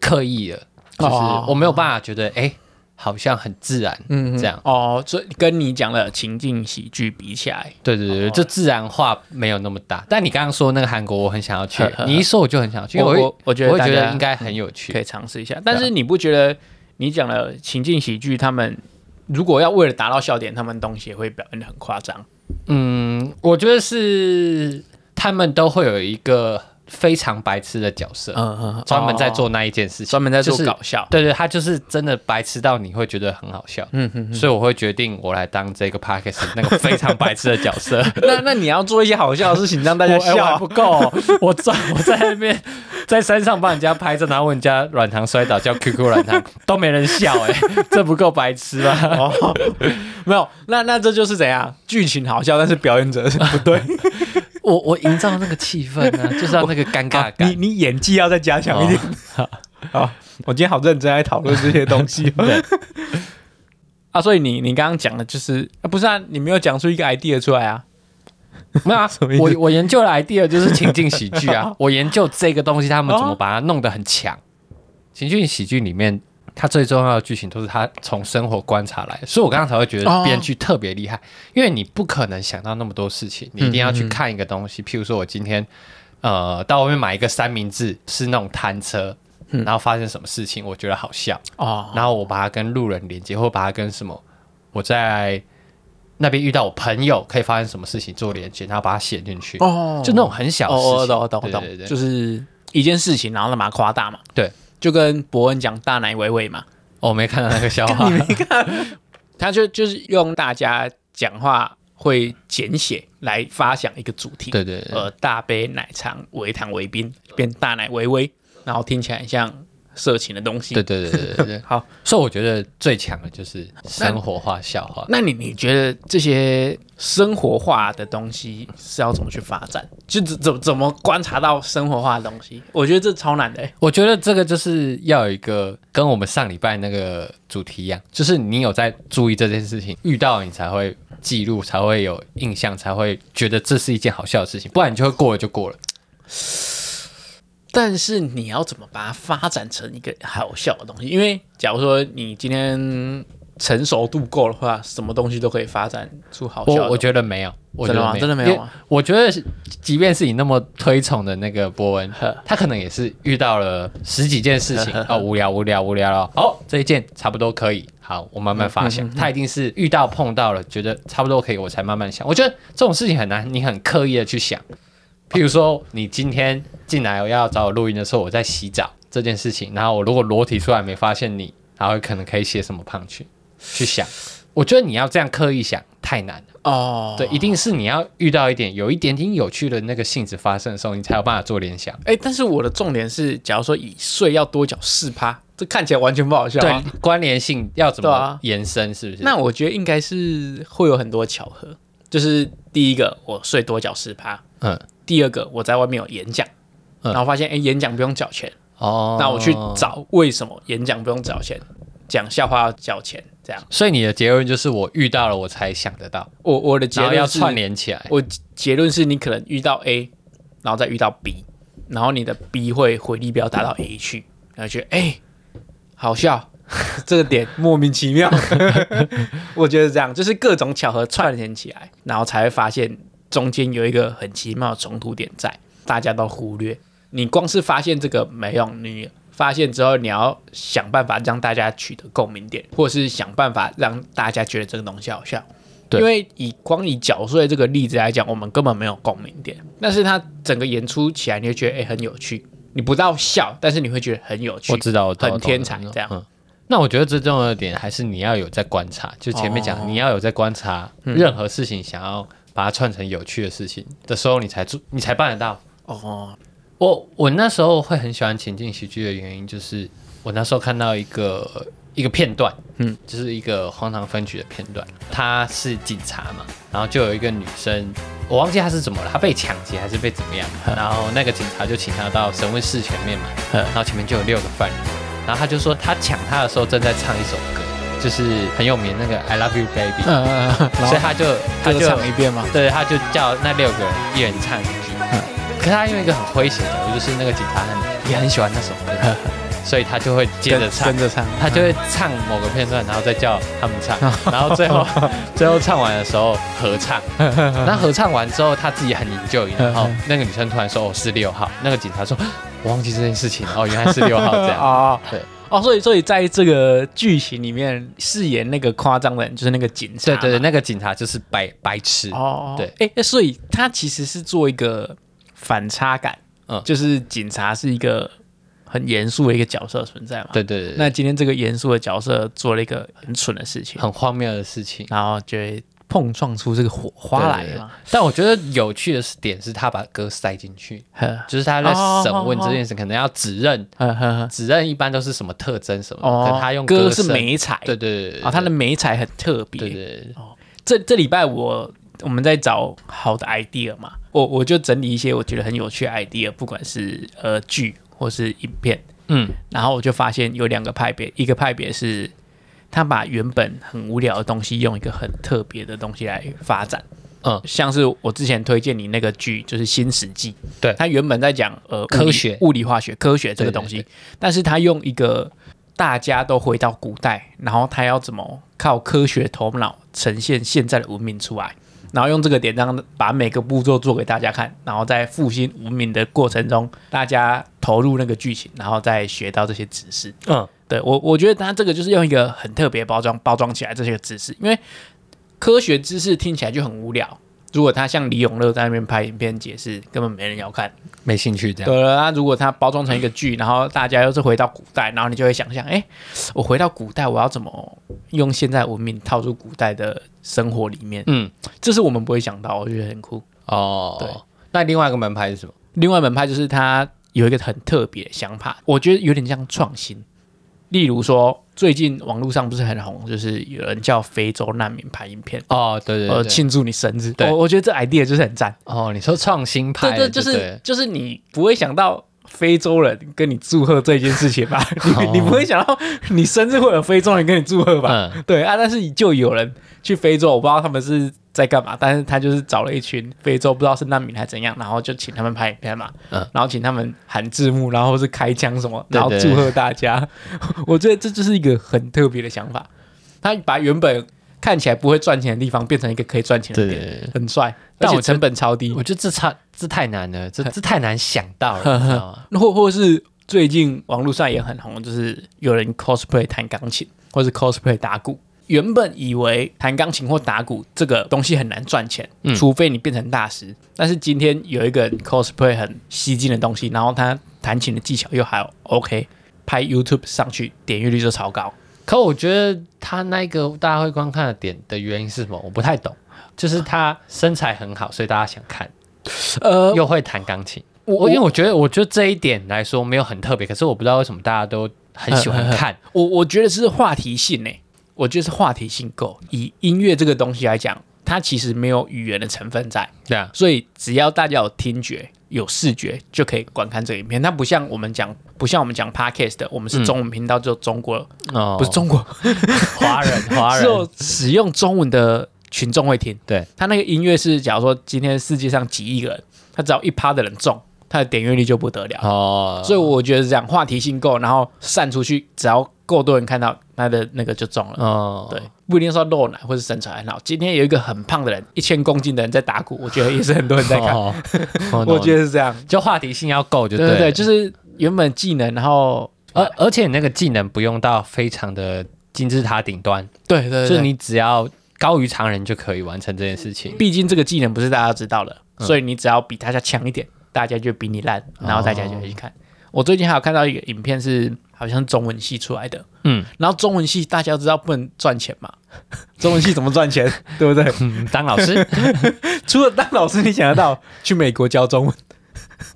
Speaker 1: 刻意的，就是
Speaker 2: 哦
Speaker 1: 我没有办法觉得哎、好像很自然，嗯，这样，
Speaker 2: 哦，所以跟你讲的情境喜剧比起来，
Speaker 1: 对对对，就自然化没有那么大。但你刚刚说那个韩国，我很想要去
Speaker 2: 呵呵，呵
Speaker 1: 你一说我就很想要去，因为
Speaker 2: 我
Speaker 1: 我
Speaker 2: 我
Speaker 1: 会
Speaker 2: 我觉得
Speaker 1: 我会觉
Speaker 2: 大家
Speaker 1: 得应该很有
Speaker 2: 可
Speaker 1: 趣，
Speaker 2: 以尝试一下。但是你不觉得你讲的情境喜剧，他们如果要为了达到笑点，他们东西也会表现的很夸张？
Speaker 1: 嗯，我觉得是他们都会有一个非常白痴的角色，
Speaker 2: 嗯嗯
Speaker 1: 专哦门在做那一件事情，
Speaker 2: 专门在做
Speaker 1: 就是
Speaker 2: 搞笑。
Speaker 1: 对对，他就是真的白痴到你会觉得很好笑，嗯嗯，所以我会决定我来当这个 p a c k e s 那个非常白痴的角 色。
Speaker 2: 那那你要做一些好笑的事情，让大
Speaker 1: 我哎
Speaker 2: 家
Speaker 1: 我
Speaker 2: 笑
Speaker 1: 还
Speaker 2: 啊。
Speaker 1: 不够哦、 我在我在那边在山上帮人家拍照，然后问人家软糖摔倒叫 QQ 软糖，都没人笑哎、这不够白痴吗？
Speaker 2: 哦， 没有，那那这就是怎样？剧情好笑，但是表演者是不 对。
Speaker 1: 我我营造那个气氛呢、就是要那个尴尬
Speaker 2: 你
Speaker 1: 感。啊
Speaker 2: 你演技要再加强一点。 好，我今天好认真来讨论这些东 西。啊，所以你你刚刚讲的就是，啊、不是啊？你没有讲出一个 idea 出来啊？
Speaker 1: 没有啊
Speaker 2: 么意，思
Speaker 1: 我我研究的 idea 就是情境喜剧 啊，我研究这个东西，他们怎么把它弄得很强。情境喜剧里面，它最重要的剧情都是他从生活观察来的，所以我刚刚才会觉
Speaker 2: 哦
Speaker 1: 得编剧特别厉害，因为你不可能想到那么多事情，你一定要去看一个东
Speaker 2: 嗯
Speaker 1: 西。譬如说我今天呃到外面买一个三明治，是那种摊车。
Speaker 2: 嗯
Speaker 1: 然后发生什么事情，我觉得好笑，
Speaker 2: 哦，
Speaker 1: 然后我把它跟路人连接，或把它跟什么我在那边遇到我朋友可以发生什么事情做连接，然后把它写进去。
Speaker 2: 哦
Speaker 1: 就那种很小的事情
Speaker 2: 哦，我懂，我懂，我
Speaker 1: 对
Speaker 2: 懂，
Speaker 1: 对
Speaker 2: 就
Speaker 1: 对，
Speaker 2: 是一件事情，然后他把它夸大嘛。
Speaker 1: 对，
Speaker 2: 就跟伯恩讲大奶伟伟嘛，
Speaker 1: 哦我没看到那个笑话。
Speaker 2: 他就就是用大家讲话会简写来发想一个主题。
Speaker 1: 对对对
Speaker 2: 呃，大杯奶茶微糖微冰变大奶微微，然后听起来很像色情的东西。
Speaker 1: 对对对对对对。
Speaker 2: 好，
Speaker 1: 所以我觉得最强的就是生活化笑话。
Speaker 2: 那你你觉得这些生活化的东西是要怎么去发展？就怎怎怎么观察到生活化的东西？我觉得这超难的、欸。
Speaker 1: 我觉得这个就是要有一个跟我们上礼拜那个主题一样，就是你有在注意这件事情，遇到你才会记录，才会有印象，才会觉得这是一件好笑的事情，不然你就会过了就过了。
Speaker 2: 但是你要怎么把它发展成一个好笑的东西？因为假如说你今天成熟度够的话，什么东西都可以发展出好笑的
Speaker 1: 我我觉得没有，我觉
Speaker 2: 真的吗
Speaker 1: 得
Speaker 2: 真的没
Speaker 1: 没
Speaker 2: 有啊
Speaker 1: 因为
Speaker 2: 吗
Speaker 1: 我觉得，即便是你那么推崇的那个波恩
Speaker 2: 呵，
Speaker 1: 他可能也是遇到了十几件事情
Speaker 2: 呵呵呵
Speaker 1: 哦，无聊无聊无聊了，哦，这一件差不多可以，好，我慢慢发
Speaker 2: 嗯
Speaker 1: 想。他一定是遇到碰到了，觉得差不多可以，我才慢慢想。我觉得这种事情很难，你很刻意的去想。譬如说，你今天进来要找我录音的时候，我在洗澡这件事情，然后我如果裸体出来没发现你，然后可能可以写什么胖去去想。我觉得你要这样刻意想太难了。
Speaker 2: 哦。
Speaker 1: 对，一定是你要遇到一点有一点点有趣的那个性质发生的时候，你才有办法做联想。
Speaker 2: 哎、但是我的重点是，假如说以税要多缴四趴，这看起来完全不好笑、
Speaker 1: 对
Speaker 2: 啊。，
Speaker 1: 关联性要怎
Speaker 2: 对
Speaker 1: 么
Speaker 2: 啊
Speaker 1: 延伸？是不是？
Speaker 2: 那我觉得应该是会有很多巧合，就是第一个我税多缴四趴，
Speaker 1: 嗯，
Speaker 2: 第二个我在外面有演讲，
Speaker 1: 嗯
Speaker 2: 然后发现哎、演讲不用缴钱，
Speaker 1: 哦，
Speaker 2: 那我去。找为什么演讲不用缴钱，讲笑话要缴钱，这样。
Speaker 1: 所以你的结论就是我遇到了我才想得到，
Speaker 2: 我我的结
Speaker 1: 然后
Speaker 2: 论
Speaker 1: 要
Speaker 2: 是
Speaker 1: 串联起来。
Speaker 2: 我结论是你可能遇到 A，然后再遇到 B，然后你的 B 会回力镖打到 A 去，然后觉得哎、好笑，这个点莫名其妙。 我觉得这样就是各种巧合串联起来，然后才会发现中间有一个很奇妙的冲突点在，大家都忽略。你光是发现这个没用，你发现之后你要想办法让大家取得共鸣点，或是想办法让大家觉得这个东西好笑。
Speaker 1: 对
Speaker 2: 因为以光以缴税这个例子来讲，我们根本没有共鸣点，但是它整个演出起来，你会觉得哎、很有趣，你不到笑，但是你会觉得很有趣。
Speaker 1: 我知道，我知道
Speaker 2: 很天才
Speaker 1: 我懂
Speaker 2: 这样
Speaker 1: 嗯那我觉得最重要的点还是你要有在观察，就前面讲，
Speaker 2: 哦嗯
Speaker 1: 你要有在观察任何事情，想要把它串成有趣的事情的时候，你才做，你才办得到。
Speaker 2: 哦，
Speaker 1: 我我那时候会很喜欢情境喜剧的原因，就是我那时候看到一个一个片段，嗯，就是一个荒唐分局的片段，她是警察嘛，然后就有一个女生，我忘记她是怎么了，她被抢劫还是被怎么样，然后那个警察就请她到审问室前面嘛，
Speaker 2: 嗯
Speaker 1: 然后前面就有六个犯人，然后她就说她抢她的时候正在唱一首歌，就是很有名那个 I Love You Baby，、
Speaker 2: 嗯嗯嗯，
Speaker 1: 所
Speaker 2: 然后
Speaker 1: 以她就她
Speaker 2: 歌
Speaker 1: 就
Speaker 2: 唱一遍吗？
Speaker 1: 对，他就叫那六个人一人唱一句。可是他用一个很诙谐的角度，就是那个警察很也很喜欢那首 歌，所以他就会接着唱
Speaker 2: 跟，着唱，
Speaker 1: 他就会唱某个片段，然后再叫他们 唱，然后最后 最后唱完的时候合唱， 那合唱完之后他自己很营救，然后那个女生突然说哦是六号，那个警察说我忘记这件事情了，哦原来是六号这样，
Speaker 2: 哦，
Speaker 1: 对
Speaker 2: 哦，所以所以在这个剧情里面饰演那个夸张的人就是那个警察
Speaker 1: 对
Speaker 2: 嘛，
Speaker 1: 对对，那个警察就是白白痴，
Speaker 2: 哦，
Speaker 1: 对
Speaker 2: 哎、那所以他其实是做一个反差感，
Speaker 1: 嗯
Speaker 2: 就是警察是一个很严肃的一个角色存在嘛，
Speaker 1: 对对对对，
Speaker 2: 那今天这个严肃的角色做了一个很蠢的事情，
Speaker 1: 很荒谬的事情。
Speaker 2: 然后就会碰撞出这个火花来
Speaker 1: 对对对
Speaker 2: 嘛，
Speaker 1: 但我觉得有趣的点是他把歌塞进去，
Speaker 2: 呵
Speaker 1: 就是他在审问这件事，可能要指认，
Speaker 2: 呵呵呵，
Speaker 1: 指认一般都是什么特征什么，可
Speaker 2: 哦
Speaker 1: 能，他用
Speaker 2: 歌是
Speaker 1: 声，
Speaker 2: 美彩，
Speaker 1: 对对对对，
Speaker 2: 啊、他的美彩很特别，
Speaker 1: 对对对
Speaker 2: 这这礼拜我我们在找好的 idea 嘛，我我就整理一些我觉得很有趣的 idea，不管是呃剧或是影片，
Speaker 1: 嗯，
Speaker 2: 然后我就发现有两个派别，一个派别是他把原本很无聊的东西用一个很特别的东西来发展，
Speaker 1: 嗯
Speaker 2: 像是我之前推荐你那个剧就是《新世纪》，
Speaker 1: 对
Speaker 2: 它原本在讲呃物理
Speaker 1: 科学
Speaker 2: 物理化学、科学这个东西，
Speaker 1: 对
Speaker 2: 但是它用一个大家都回到古代，然后他要怎么靠科学头脑呈现现在的文明出来，然后用这个点让把每个步骤做给大家看，然后在复兴文明的过程中，大家投入那个剧情，然后再学到这些知识。
Speaker 1: 嗯，
Speaker 2: 对我，我觉得他这个就是用一个很特别包装包装起来这些知识，因为科学知识听起来就很无聊。如果他像李永乐在那边拍影片解释，根本没人要看。
Speaker 1: 没兴趣这样，
Speaker 2: 对了，那如果它包装成一个剧，然后大家又是回到古代，然后你就会想象，哎、我回到古代，我要怎么用现在文明套入古代的生活里面？
Speaker 1: 嗯，
Speaker 2: 这是我们不会想到，我觉得很酷。
Speaker 1: 哦，
Speaker 2: 对。
Speaker 1: 那另外一个门牌是什么？
Speaker 2: 另外门派就是它有一个很特别的想法，我觉得有点像创新。例如说，最近网络上不是很红，就是有人叫非洲难民拍影片，
Speaker 1: 哦，对对
Speaker 2: 呃，
Speaker 1: 对对，
Speaker 2: 庆祝你生日。
Speaker 1: 对
Speaker 2: 我我觉得这 idea 就是很赞。
Speaker 1: 哦，你说创新派的，
Speaker 2: 对对，就
Speaker 1: 对
Speaker 2: 是
Speaker 1: 了
Speaker 2: 就是你不会想到非洲人跟你祝贺这件事 情吧？
Speaker 1: 哦
Speaker 2: 你你不会想到你生日会有非洲人跟你祝贺吧？
Speaker 1: 嗯，
Speaker 2: 对啊，但是就有人去非洲，我不知道他们是在干嘛，但是他就是找了一群非洲不知道是难民还是怎样，然后就请他们拍影片嘛，
Speaker 1: 嗯
Speaker 2: 然后请他们喊字幕，然后是开枪什么，然后
Speaker 1: 对对
Speaker 2: 祝贺大家。我觉得这就是一个很特别的想法。他把原本看起来不会赚钱的地方变成一个可以赚钱的
Speaker 1: 对
Speaker 2: 点，
Speaker 1: 对对，
Speaker 2: 很帅，
Speaker 1: 但
Speaker 2: 但
Speaker 1: 我
Speaker 2: 我成本超低
Speaker 1: 我。觉得这差这太难了， 这这太难想到 了，你知道吗？
Speaker 2: 或或是最近网络上也很红，就是有人 cosplay 弹钢琴，或是 cosplay 打鼓。原本以为弹钢琴或打鼓这个东西很难赚钱，
Speaker 1: 嗯
Speaker 2: 除非你变成大师。但是今天有一个人 cosplay 很吸睛的东西，然后他弹琴的技巧又还 OK，拍 YouTube 上去点阅率就超高。
Speaker 1: 可我觉得他那个大家会观看的点的原因是什么？我不太懂，就是他身材很好，所以大家想看，
Speaker 2: 呃，
Speaker 1: 又会弹钢琴。
Speaker 2: 我
Speaker 1: 我因为我觉得，我觉得这一点来说没有很特别，可是我不知道为什么大家都很喜欢 看。
Speaker 2: 我我觉得是话题性呢、欸我觉得是话题性够。以音乐这个东西来讲，它其实没有语言的成分在，
Speaker 1: 对啊，
Speaker 2: 所以只要大家有听觉、有视觉，就可以观看这个影片。它不像我们讲，不像我们讲 podcast，的我们是中文频道，就中国、
Speaker 1: 哦，
Speaker 2: 不是中国，
Speaker 1: 华人，华
Speaker 2: 只
Speaker 1: 人
Speaker 2: 有使用中文的群众会听。
Speaker 1: 对，
Speaker 2: 它那个音乐是，假如说今天世界上几亿个人，它只要一趴的人中，它的点阅率就不得了。
Speaker 1: 哦，
Speaker 2: 所以我觉得是这样话题性够，然后散出去，只要够多人看到，他的那个就中了。
Speaker 1: 哦，
Speaker 2: 对，不一定说露奶或是身材很好。今天有一个很胖的人，一千公斤的人在打鼓，我觉得也是很多人在看。
Speaker 1: 哦， 哦
Speaker 2: 我觉
Speaker 1: 得
Speaker 2: 得是这样，
Speaker 1: 就话题性要够就
Speaker 2: 对对
Speaker 1: 对
Speaker 2: 对，
Speaker 1: 了，
Speaker 2: 就是原本技能，然后
Speaker 1: 而而且你那个技能不用到非常的金字塔顶端，
Speaker 2: 对
Speaker 1: 就
Speaker 2: 对就是是你
Speaker 1: 你只要高于常人就可以完成这件事情。
Speaker 2: 毕竟这个技能不是大家知道的，所以你只要比大家强一点，大家就比你烂，然后大家就会去看。我最近还有看到一个影片是好像中文系出来的，
Speaker 1: 嗯，
Speaker 2: 然后中文系大家都知道不能赚钱 嘛，中文系怎么赚 钱，对不对？
Speaker 1: 嗯当老 师
Speaker 2: 除了当老师，你想得到去美国教中文，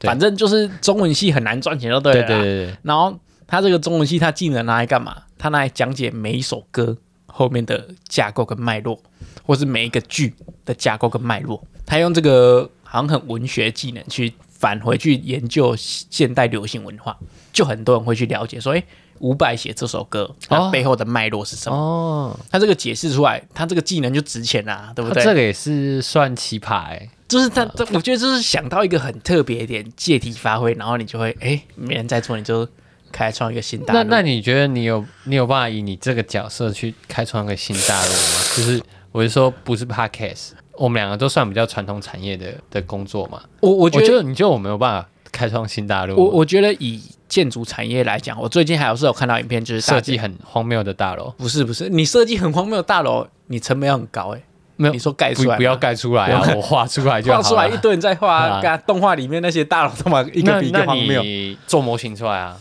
Speaker 1: 对
Speaker 2: 反正就是中文系很难赚钱，就对了
Speaker 1: 对
Speaker 2: 啦。
Speaker 1: 对对对，
Speaker 2: 然后他这个中文系，他技能拿来干嘛？他拿来讲解每一首歌后面的架构跟脉络，或是每一个剧的架构跟脉络。他用这个好像很文学技能去返回去研究现代流行文化，就很多人会去了解说，哎，伍佰写这首歌，它背后的脉络是什么？
Speaker 1: 哦，
Speaker 2: 他这个解释出来，他这个技能就值钱啦、对不
Speaker 1: 他
Speaker 2: 对？
Speaker 1: 哦这个也是算奇葩欸
Speaker 2: 就是他，他我觉得就是想到一个很特别一点借题发挥，然后你就会哎，没人在做，你就开创一个新大陆。
Speaker 1: 那那你觉得你有你有办法以你这个角色去开创一个新大陆吗？ 就是我是说，不是 podcast，我们两个都算比较传统产业的的工作嘛。
Speaker 2: 我我
Speaker 1: 我
Speaker 2: 觉
Speaker 1: 觉
Speaker 2: 得
Speaker 1: 得你觉得我没有办法开创新大陆吗，
Speaker 2: 我我觉得以建筑产业来讲，我最近还有是有看到影片，就是大
Speaker 1: 设计很荒谬的大楼，
Speaker 2: 不是不是，你设计很荒谬的大楼，你成本要很高哎、
Speaker 1: 没有
Speaker 2: 你说盖出
Speaker 1: 不
Speaker 2: 来吗
Speaker 1: 不要盖出来啊，我 画出来就好
Speaker 2: 画
Speaker 1: 了。
Speaker 2: 出来一堆人在画，
Speaker 1: 啊
Speaker 2: 跟动画里面那些大楼他妈一个
Speaker 1: 那
Speaker 2: 比一个
Speaker 1: 那
Speaker 2: 荒谬。
Speaker 1: 你做模型出来啊？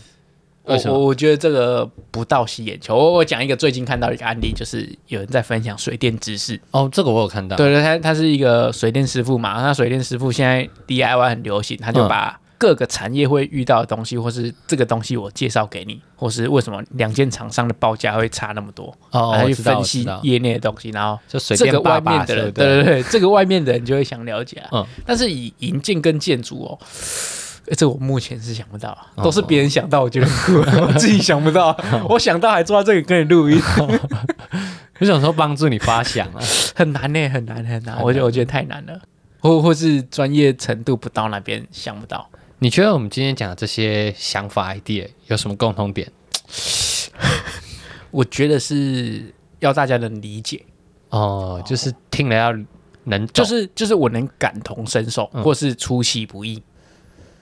Speaker 2: 我
Speaker 1: 为什么
Speaker 2: 我我觉得这个不到吸眼球。我我讲一个最近看到一个案例，就是有人在分享水电知识，
Speaker 1: 哦，这个我有看到。
Speaker 2: 对对，他他是一个水电师傅嘛，那水电师傅现在 DIY 很流行，他就
Speaker 1: 嗯
Speaker 2: 把各个产业会遇到的东西，或是这个东西我介绍给你，或是为什么两间厂商的报价会差那么多，
Speaker 1: 哦，
Speaker 2: 然后
Speaker 1: 我
Speaker 2: 去
Speaker 1: 知道，
Speaker 2: 分
Speaker 1: 我知
Speaker 2: 析
Speaker 1: 道。
Speaker 2: 业内的东西，然后
Speaker 1: 就随
Speaker 2: 这个
Speaker 1: 便
Speaker 2: 外
Speaker 1: 爸
Speaker 2: 面
Speaker 1: 爸
Speaker 2: 的
Speaker 1: 对
Speaker 2: 人，
Speaker 1: 不
Speaker 2: 对对对，这个外面的人就会想了解啊。
Speaker 1: 嗯
Speaker 2: 但是以营建跟建筑哦。诶这我目前是想不到啊，
Speaker 1: 哦
Speaker 2: 都是别人想到，我觉得很酷，我自己想 不到，我想到还坐在这里跟你录音，
Speaker 1: 我想说帮助你发想啊。
Speaker 2: 很难呢、很难很难，
Speaker 1: 难
Speaker 2: 我觉得我觉得太难了，或或是专业程度不到那边想不到。
Speaker 1: 你觉得我们今天讲的这些想法 idea 有什么共同点？
Speaker 2: 我觉得是要大家能理解，
Speaker 1: 哦，就是听了要能懂，
Speaker 2: 就是就是我能感同身受，
Speaker 1: 嗯
Speaker 2: 或是出其不意。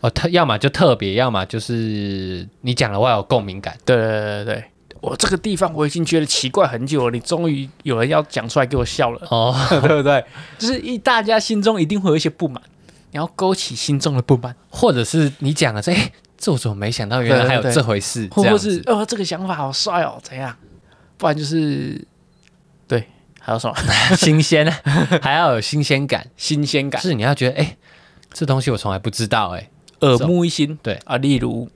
Speaker 1: 哦，特要么就特别，要么就是你讲的话有共鸣感。
Speaker 2: 对对对对对，我这个地方我已经觉得奇怪很久了，你终于有人要讲出来给我笑了，
Speaker 1: 哦，
Speaker 2: 对不对？就是一大家心中一定会有一些不满，你要勾起心中的不满，
Speaker 1: 或者是你讲了这，哎、这我怎么没想到，原来还有
Speaker 2: 对对对
Speaker 1: 这回事？
Speaker 2: 或
Speaker 1: 这样
Speaker 2: 或
Speaker 1: 子
Speaker 2: 是哦这个想法好帅哦，怎样？不然就是对，还有什么
Speaker 1: 新鲜， 还要有新鲜感，
Speaker 2: 新鲜感？
Speaker 1: 是你要觉得，哎、这东西我从来不知道、哎，
Speaker 2: 耳目一新。
Speaker 1: 对
Speaker 2: 啊，例如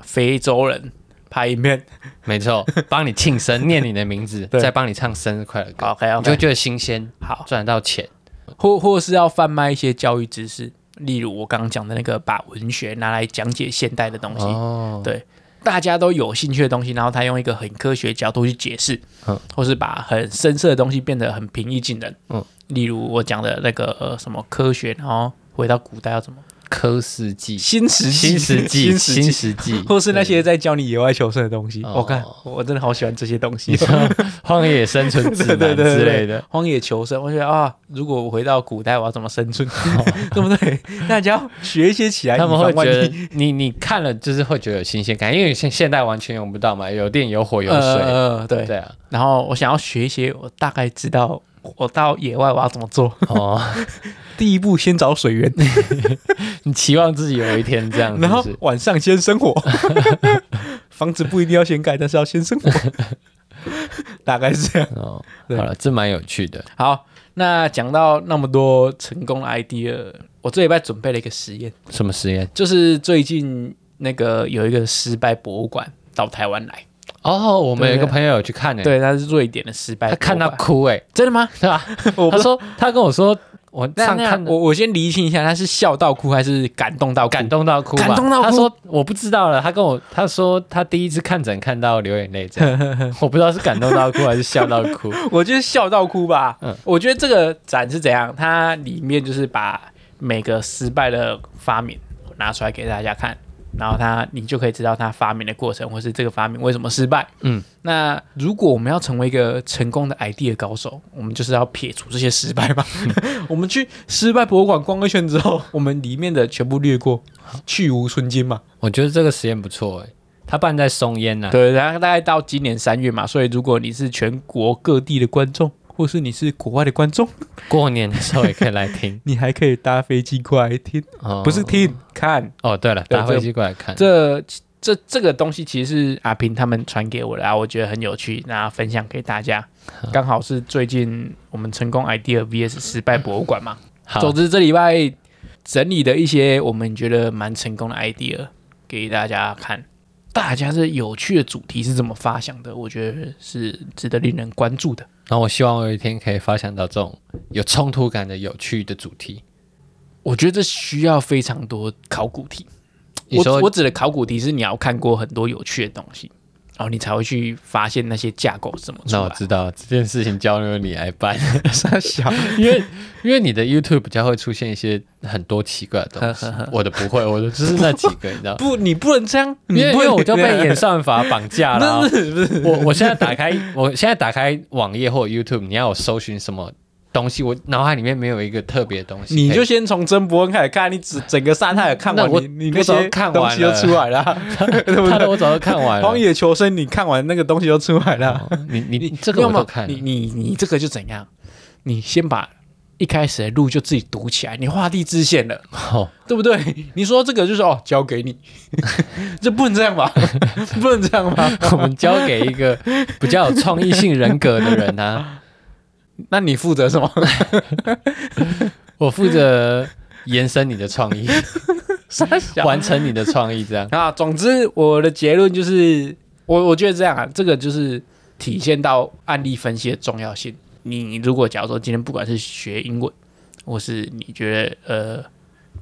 Speaker 2: 非洲人拍 影片
Speaker 1: 没错，帮你庆生，念你的名字，
Speaker 2: 对
Speaker 1: 再帮你唱生日快乐歌，
Speaker 2: ，OK
Speaker 1: 你就
Speaker 2: OK，
Speaker 1: 会觉得新鲜，
Speaker 2: 好，
Speaker 1: 赚得到钱。
Speaker 2: 或或是要贩卖一些教育知识，例如我刚刚讲的那个，把文学拿来讲解现代的东西，
Speaker 1: 哦，
Speaker 2: 对大家都有兴趣的东西，然后他用一个很科学角度去解释，
Speaker 1: 嗯
Speaker 2: 或是把很深色的东西变得很平易近人，
Speaker 1: 嗯，
Speaker 2: 例如我讲的那个、呃、什么科学，然后回到古代要怎么
Speaker 1: 科世纪、
Speaker 2: 新石纪
Speaker 1: 新世纪、
Speaker 2: 新石纪
Speaker 1: 新世纪，
Speaker 2: 或是那些在教你野外求生的东西。
Speaker 1: 哦
Speaker 2: 我看我真的好喜欢这些东西
Speaker 1: 你，说荒野生存指
Speaker 2: 对对
Speaker 1: 南
Speaker 2: 对
Speaker 1: 之
Speaker 2: 对
Speaker 1: 类
Speaker 2: 对
Speaker 1: 的，
Speaker 2: 荒野求生。我觉得啊，如果我回到古代，我要怎么生 存？对不对？大家要学一些起来，
Speaker 1: 他们
Speaker 2: 以
Speaker 1: 会
Speaker 2: 防万
Speaker 1: 觉得
Speaker 2: 一
Speaker 1: 你你看了就是会觉得有新鲜感，因为现现代完全用不到嘛，有电有火有水，
Speaker 2: 呃，对
Speaker 1: 对啊，
Speaker 2: 然后我想要学一些，我大概知道我到野外我要怎么做。
Speaker 1: 哦，
Speaker 2: 第一步先找水 源，
Speaker 1: 你期望自己有一天这样子，
Speaker 2: 然后
Speaker 1: 是不是
Speaker 2: 晚上先生火。 房子不一定要先盖，但是要先 生火，大概是这样。
Speaker 1: 哦，
Speaker 2: 对
Speaker 1: 好了，这蛮有趣的，
Speaker 2: 好，那讲到那么多成功的 idea，我这礼拜准备了一个实验，
Speaker 1: 什么实验？
Speaker 2: 就是最近那个有一个失败博物馆到台湾来，
Speaker 1: 哦，我们有一个
Speaker 2: 对
Speaker 1: 朋友有去看呢，欸
Speaker 2: 对，它是瑞典的失败
Speaker 1: 他
Speaker 2: 博物
Speaker 1: 看
Speaker 2: 馆。
Speaker 1: 到哭哎，
Speaker 2: 真的吗？
Speaker 1: 对吧？ 他
Speaker 2: 我不是
Speaker 1: 说他跟我说，我
Speaker 2: 那
Speaker 1: 上
Speaker 2: 那
Speaker 1: 看
Speaker 2: 我我先厘清一下，他是笑到哭还是感动到哭？
Speaker 1: 感动到哭吧，
Speaker 2: 感动到哭
Speaker 1: 他说我不知道了，他跟我他说他第一次看诊看到流眼泪这 样，我不知道是感动到哭还是笑到哭。
Speaker 2: 我就是笑到哭吧。
Speaker 1: 嗯
Speaker 2: 我觉得这个展是怎样，它里面就是把每个失败的发明拿出来给大家看，然后它你就可以知道它发明的过程，或是这个发明为什么失败。
Speaker 1: 嗯，
Speaker 2: 那如果我们要成为一个成功的 idea 高手，我们就是要撇除这些失败吧。
Speaker 1: 嗯
Speaker 2: 我们去失败博物馆逛个圈之后，我们里面的全部略过，去无存菁嘛。
Speaker 1: 我觉得这个实验不错哎、他办在松烟啊呐、
Speaker 2: 对，然后大概到今年三月嘛，所以如果你是全国各地的观众，或是你是国外的观众。。
Speaker 1: 过年的时候也可以来听
Speaker 2: 你还可以搭飞机过来听，
Speaker 1: 哦
Speaker 2: 不是听、看。
Speaker 1: 哦，对了，
Speaker 2: 对
Speaker 1: 打飞机过来看。
Speaker 2: 这这这个东西其实是阿平他们传给我的啊，我觉得很有趣，那分享给大家。刚好是最近我们成功 idea vs 失败博物馆嘛。
Speaker 1: 好，
Speaker 2: 总之这礼拜整理的一些我们觉得蛮成功的 idea 给大家看。大家这有趣的主题是怎么发想的？我觉得是值得令人关注的。
Speaker 1: 然后我希望我有一天可以发想到这种有冲突感的有趣的主题。
Speaker 2: 我觉得这需要非常多考古题。
Speaker 1: 你
Speaker 2: 我
Speaker 1: 说
Speaker 2: 我指的考古题是你要看过很多有趣的东西，然后你才会去发现那些架构是怎么出
Speaker 1: 那我
Speaker 2: 来。
Speaker 1: 知道了这件事情交由你来 办，
Speaker 2: 傻小，
Speaker 1: 因为因为你的 YouTube 比较会出现一些很多奇怪的东西
Speaker 2: 呵呵，
Speaker 1: 我的不会，我的就是那几个，你知道吗。
Speaker 2: 不，你不能这样，
Speaker 1: 因为
Speaker 2: 你
Speaker 1: 因
Speaker 2: 不
Speaker 1: 为
Speaker 2: 能
Speaker 1: 我就被 演算法绑架了 啊、
Speaker 2: 不是不是，
Speaker 1: 我我现在打开，我现在打开网页或 YouTube，你要我搜寻什么东西，我脑海里面没有一个特别的东西可以。
Speaker 2: 你就先从曾伯恩开始看，你整整个沙泰尔看完，
Speaker 1: 哎那我
Speaker 2: 你你
Speaker 1: 我
Speaker 2: 那
Speaker 1: 早
Speaker 2: 些
Speaker 1: 就看
Speaker 2: 东
Speaker 1: 完
Speaker 2: 西都
Speaker 1: 了
Speaker 2: 出来了 啊，对不
Speaker 1: 哎他的
Speaker 2: 对？
Speaker 1: 我早就看 完
Speaker 2: 荒
Speaker 1: 了。
Speaker 2: 野求生，你看完那个东西都出来了啊。
Speaker 1: 你 你你 这个
Speaker 2: 要
Speaker 1: 我
Speaker 2: 么
Speaker 1: 都看了
Speaker 2: 你你你这个就怎样？你先把一开始的路就自己堵起来，你画地自限了，
Speaker 1: 哦，
Speaker 2: 对不对？你说这个就是哦，交给你， 这不能这样吧？ 不能这样吧？
Speaker 1: 我们交给一个比较有创意性人格的人啊，
Speaker 2: 那你负责什么？
Speaker 1: 我负责延伸你的创 意，
Speaker 2: 傻小
Speaker 1: 完成你的创意，这样
Speaker 2: 啊！总之，我的结论就是，我我觉得这样啊，这个就是体现到案例分析的重要性。你如果假如说今天不管是学英文，或是你觉得呃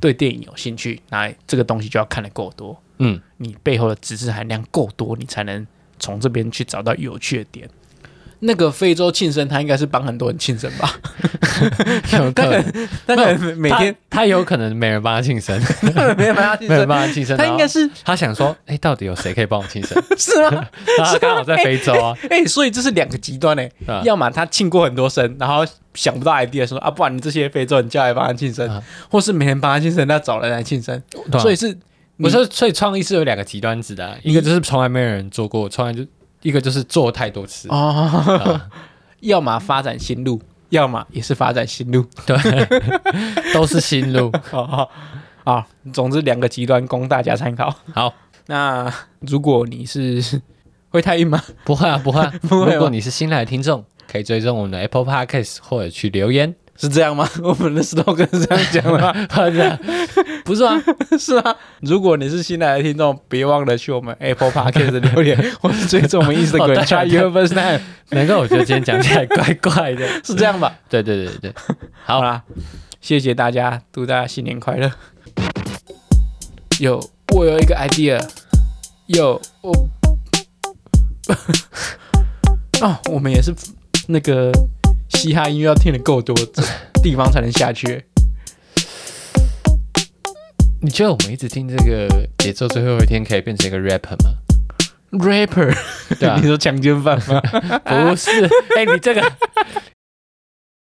Speaker 2: 对电影有兴趣，那这个东西就要看得够多，
Speaker 1: 嗯，
Speaker 2: 你背后的知识含量够多，你才能从这边去找到有趣的点。那个非洲庆生，他应该是帮很多人庆生吧？
Speaker 1: 有可能
Speaker 2: 但是每天
Speaker 1: 他他有可能没人帮他庆生，
Speaker 2: 没有办法庆
Speaker 1: 没人
Speaker 2: 生，
Speaker 1: 帮他庆生，
Speaker 2: 他应该是
Speaker 1: 他想说，哎，到底有谁可以帮我庆生？
Speaker 2: 是吗？
Speaker 1: 然后他刚好在非洲 啊，
Speaker 2: 哎、所以这是两个极端哎、
Speaker 1: 啊
Speaker 2: 要么他庆过很多生，然后想不到 idea 说啊，不然你这些非洲人叫来帮他庆生，
Speaker 1: 啊
Speaker 2: 或是没人帮他庆生，那找人来庆生，
Speaker 1: 对啊
Speaker 2: 所以是
Speaker 1: 我说，所以创意是有两个极端值的啊、一个就是从来没有人做过，从来就一个就是做太多次。
Speaker 2: 哦，要么发展新路，要么也是发展新路，
Speaker 1: 对， 都是新路。
Speaker 2: 好好好，总之两个极端供大家参考。
Speaker 1: 好，
Speaker 2: 那如果你是会太硬吗？
Speaker 1: 不会啊，不会、啊。
Speaker 2: 不会吗
Speaker 1: 如果你是新来的听众，可以追踪我们的 Apple Podcast 或者去留言。
Speaker 2: 是这样吗？ 我们的 slogan 是这样讲的吗？
Speaker 1: 不是啊不是啊，
Speaker 2: 是啊， 如果你是新来的听众，别忘了去我们 Apple Podcast 的留言， 或是追踪我
Speaker 1: 哦
Speaker 2: 们
Speaker 1: 对
Speaker 2: Instagram
Speaker 1: 啊
Speaker 2: try your best time，
Speaker 1: 难怪我觉得今天讲起来怪怪的。
Speaker 2: 是这样吧？
Speaker 1: 对对对对，
Speaker 2: 好
Speaker 1: 好
Speaker 2: 啦，谢谢大家，祝大家新年快乐。有，我有一个 idea，有我， 哦，我们也是那个嘻哈音乐要听的够多，这地方才能下去。
Speaker 1: 你觉得我们一直听这个节奏，最后一天可以变成一个 rapper 吗？
Speaker 2: rapper，
Speaker 1: 对啊
Speaker 2: 你说强奸犯吗？
Speaker 1: 不是，哎、你这个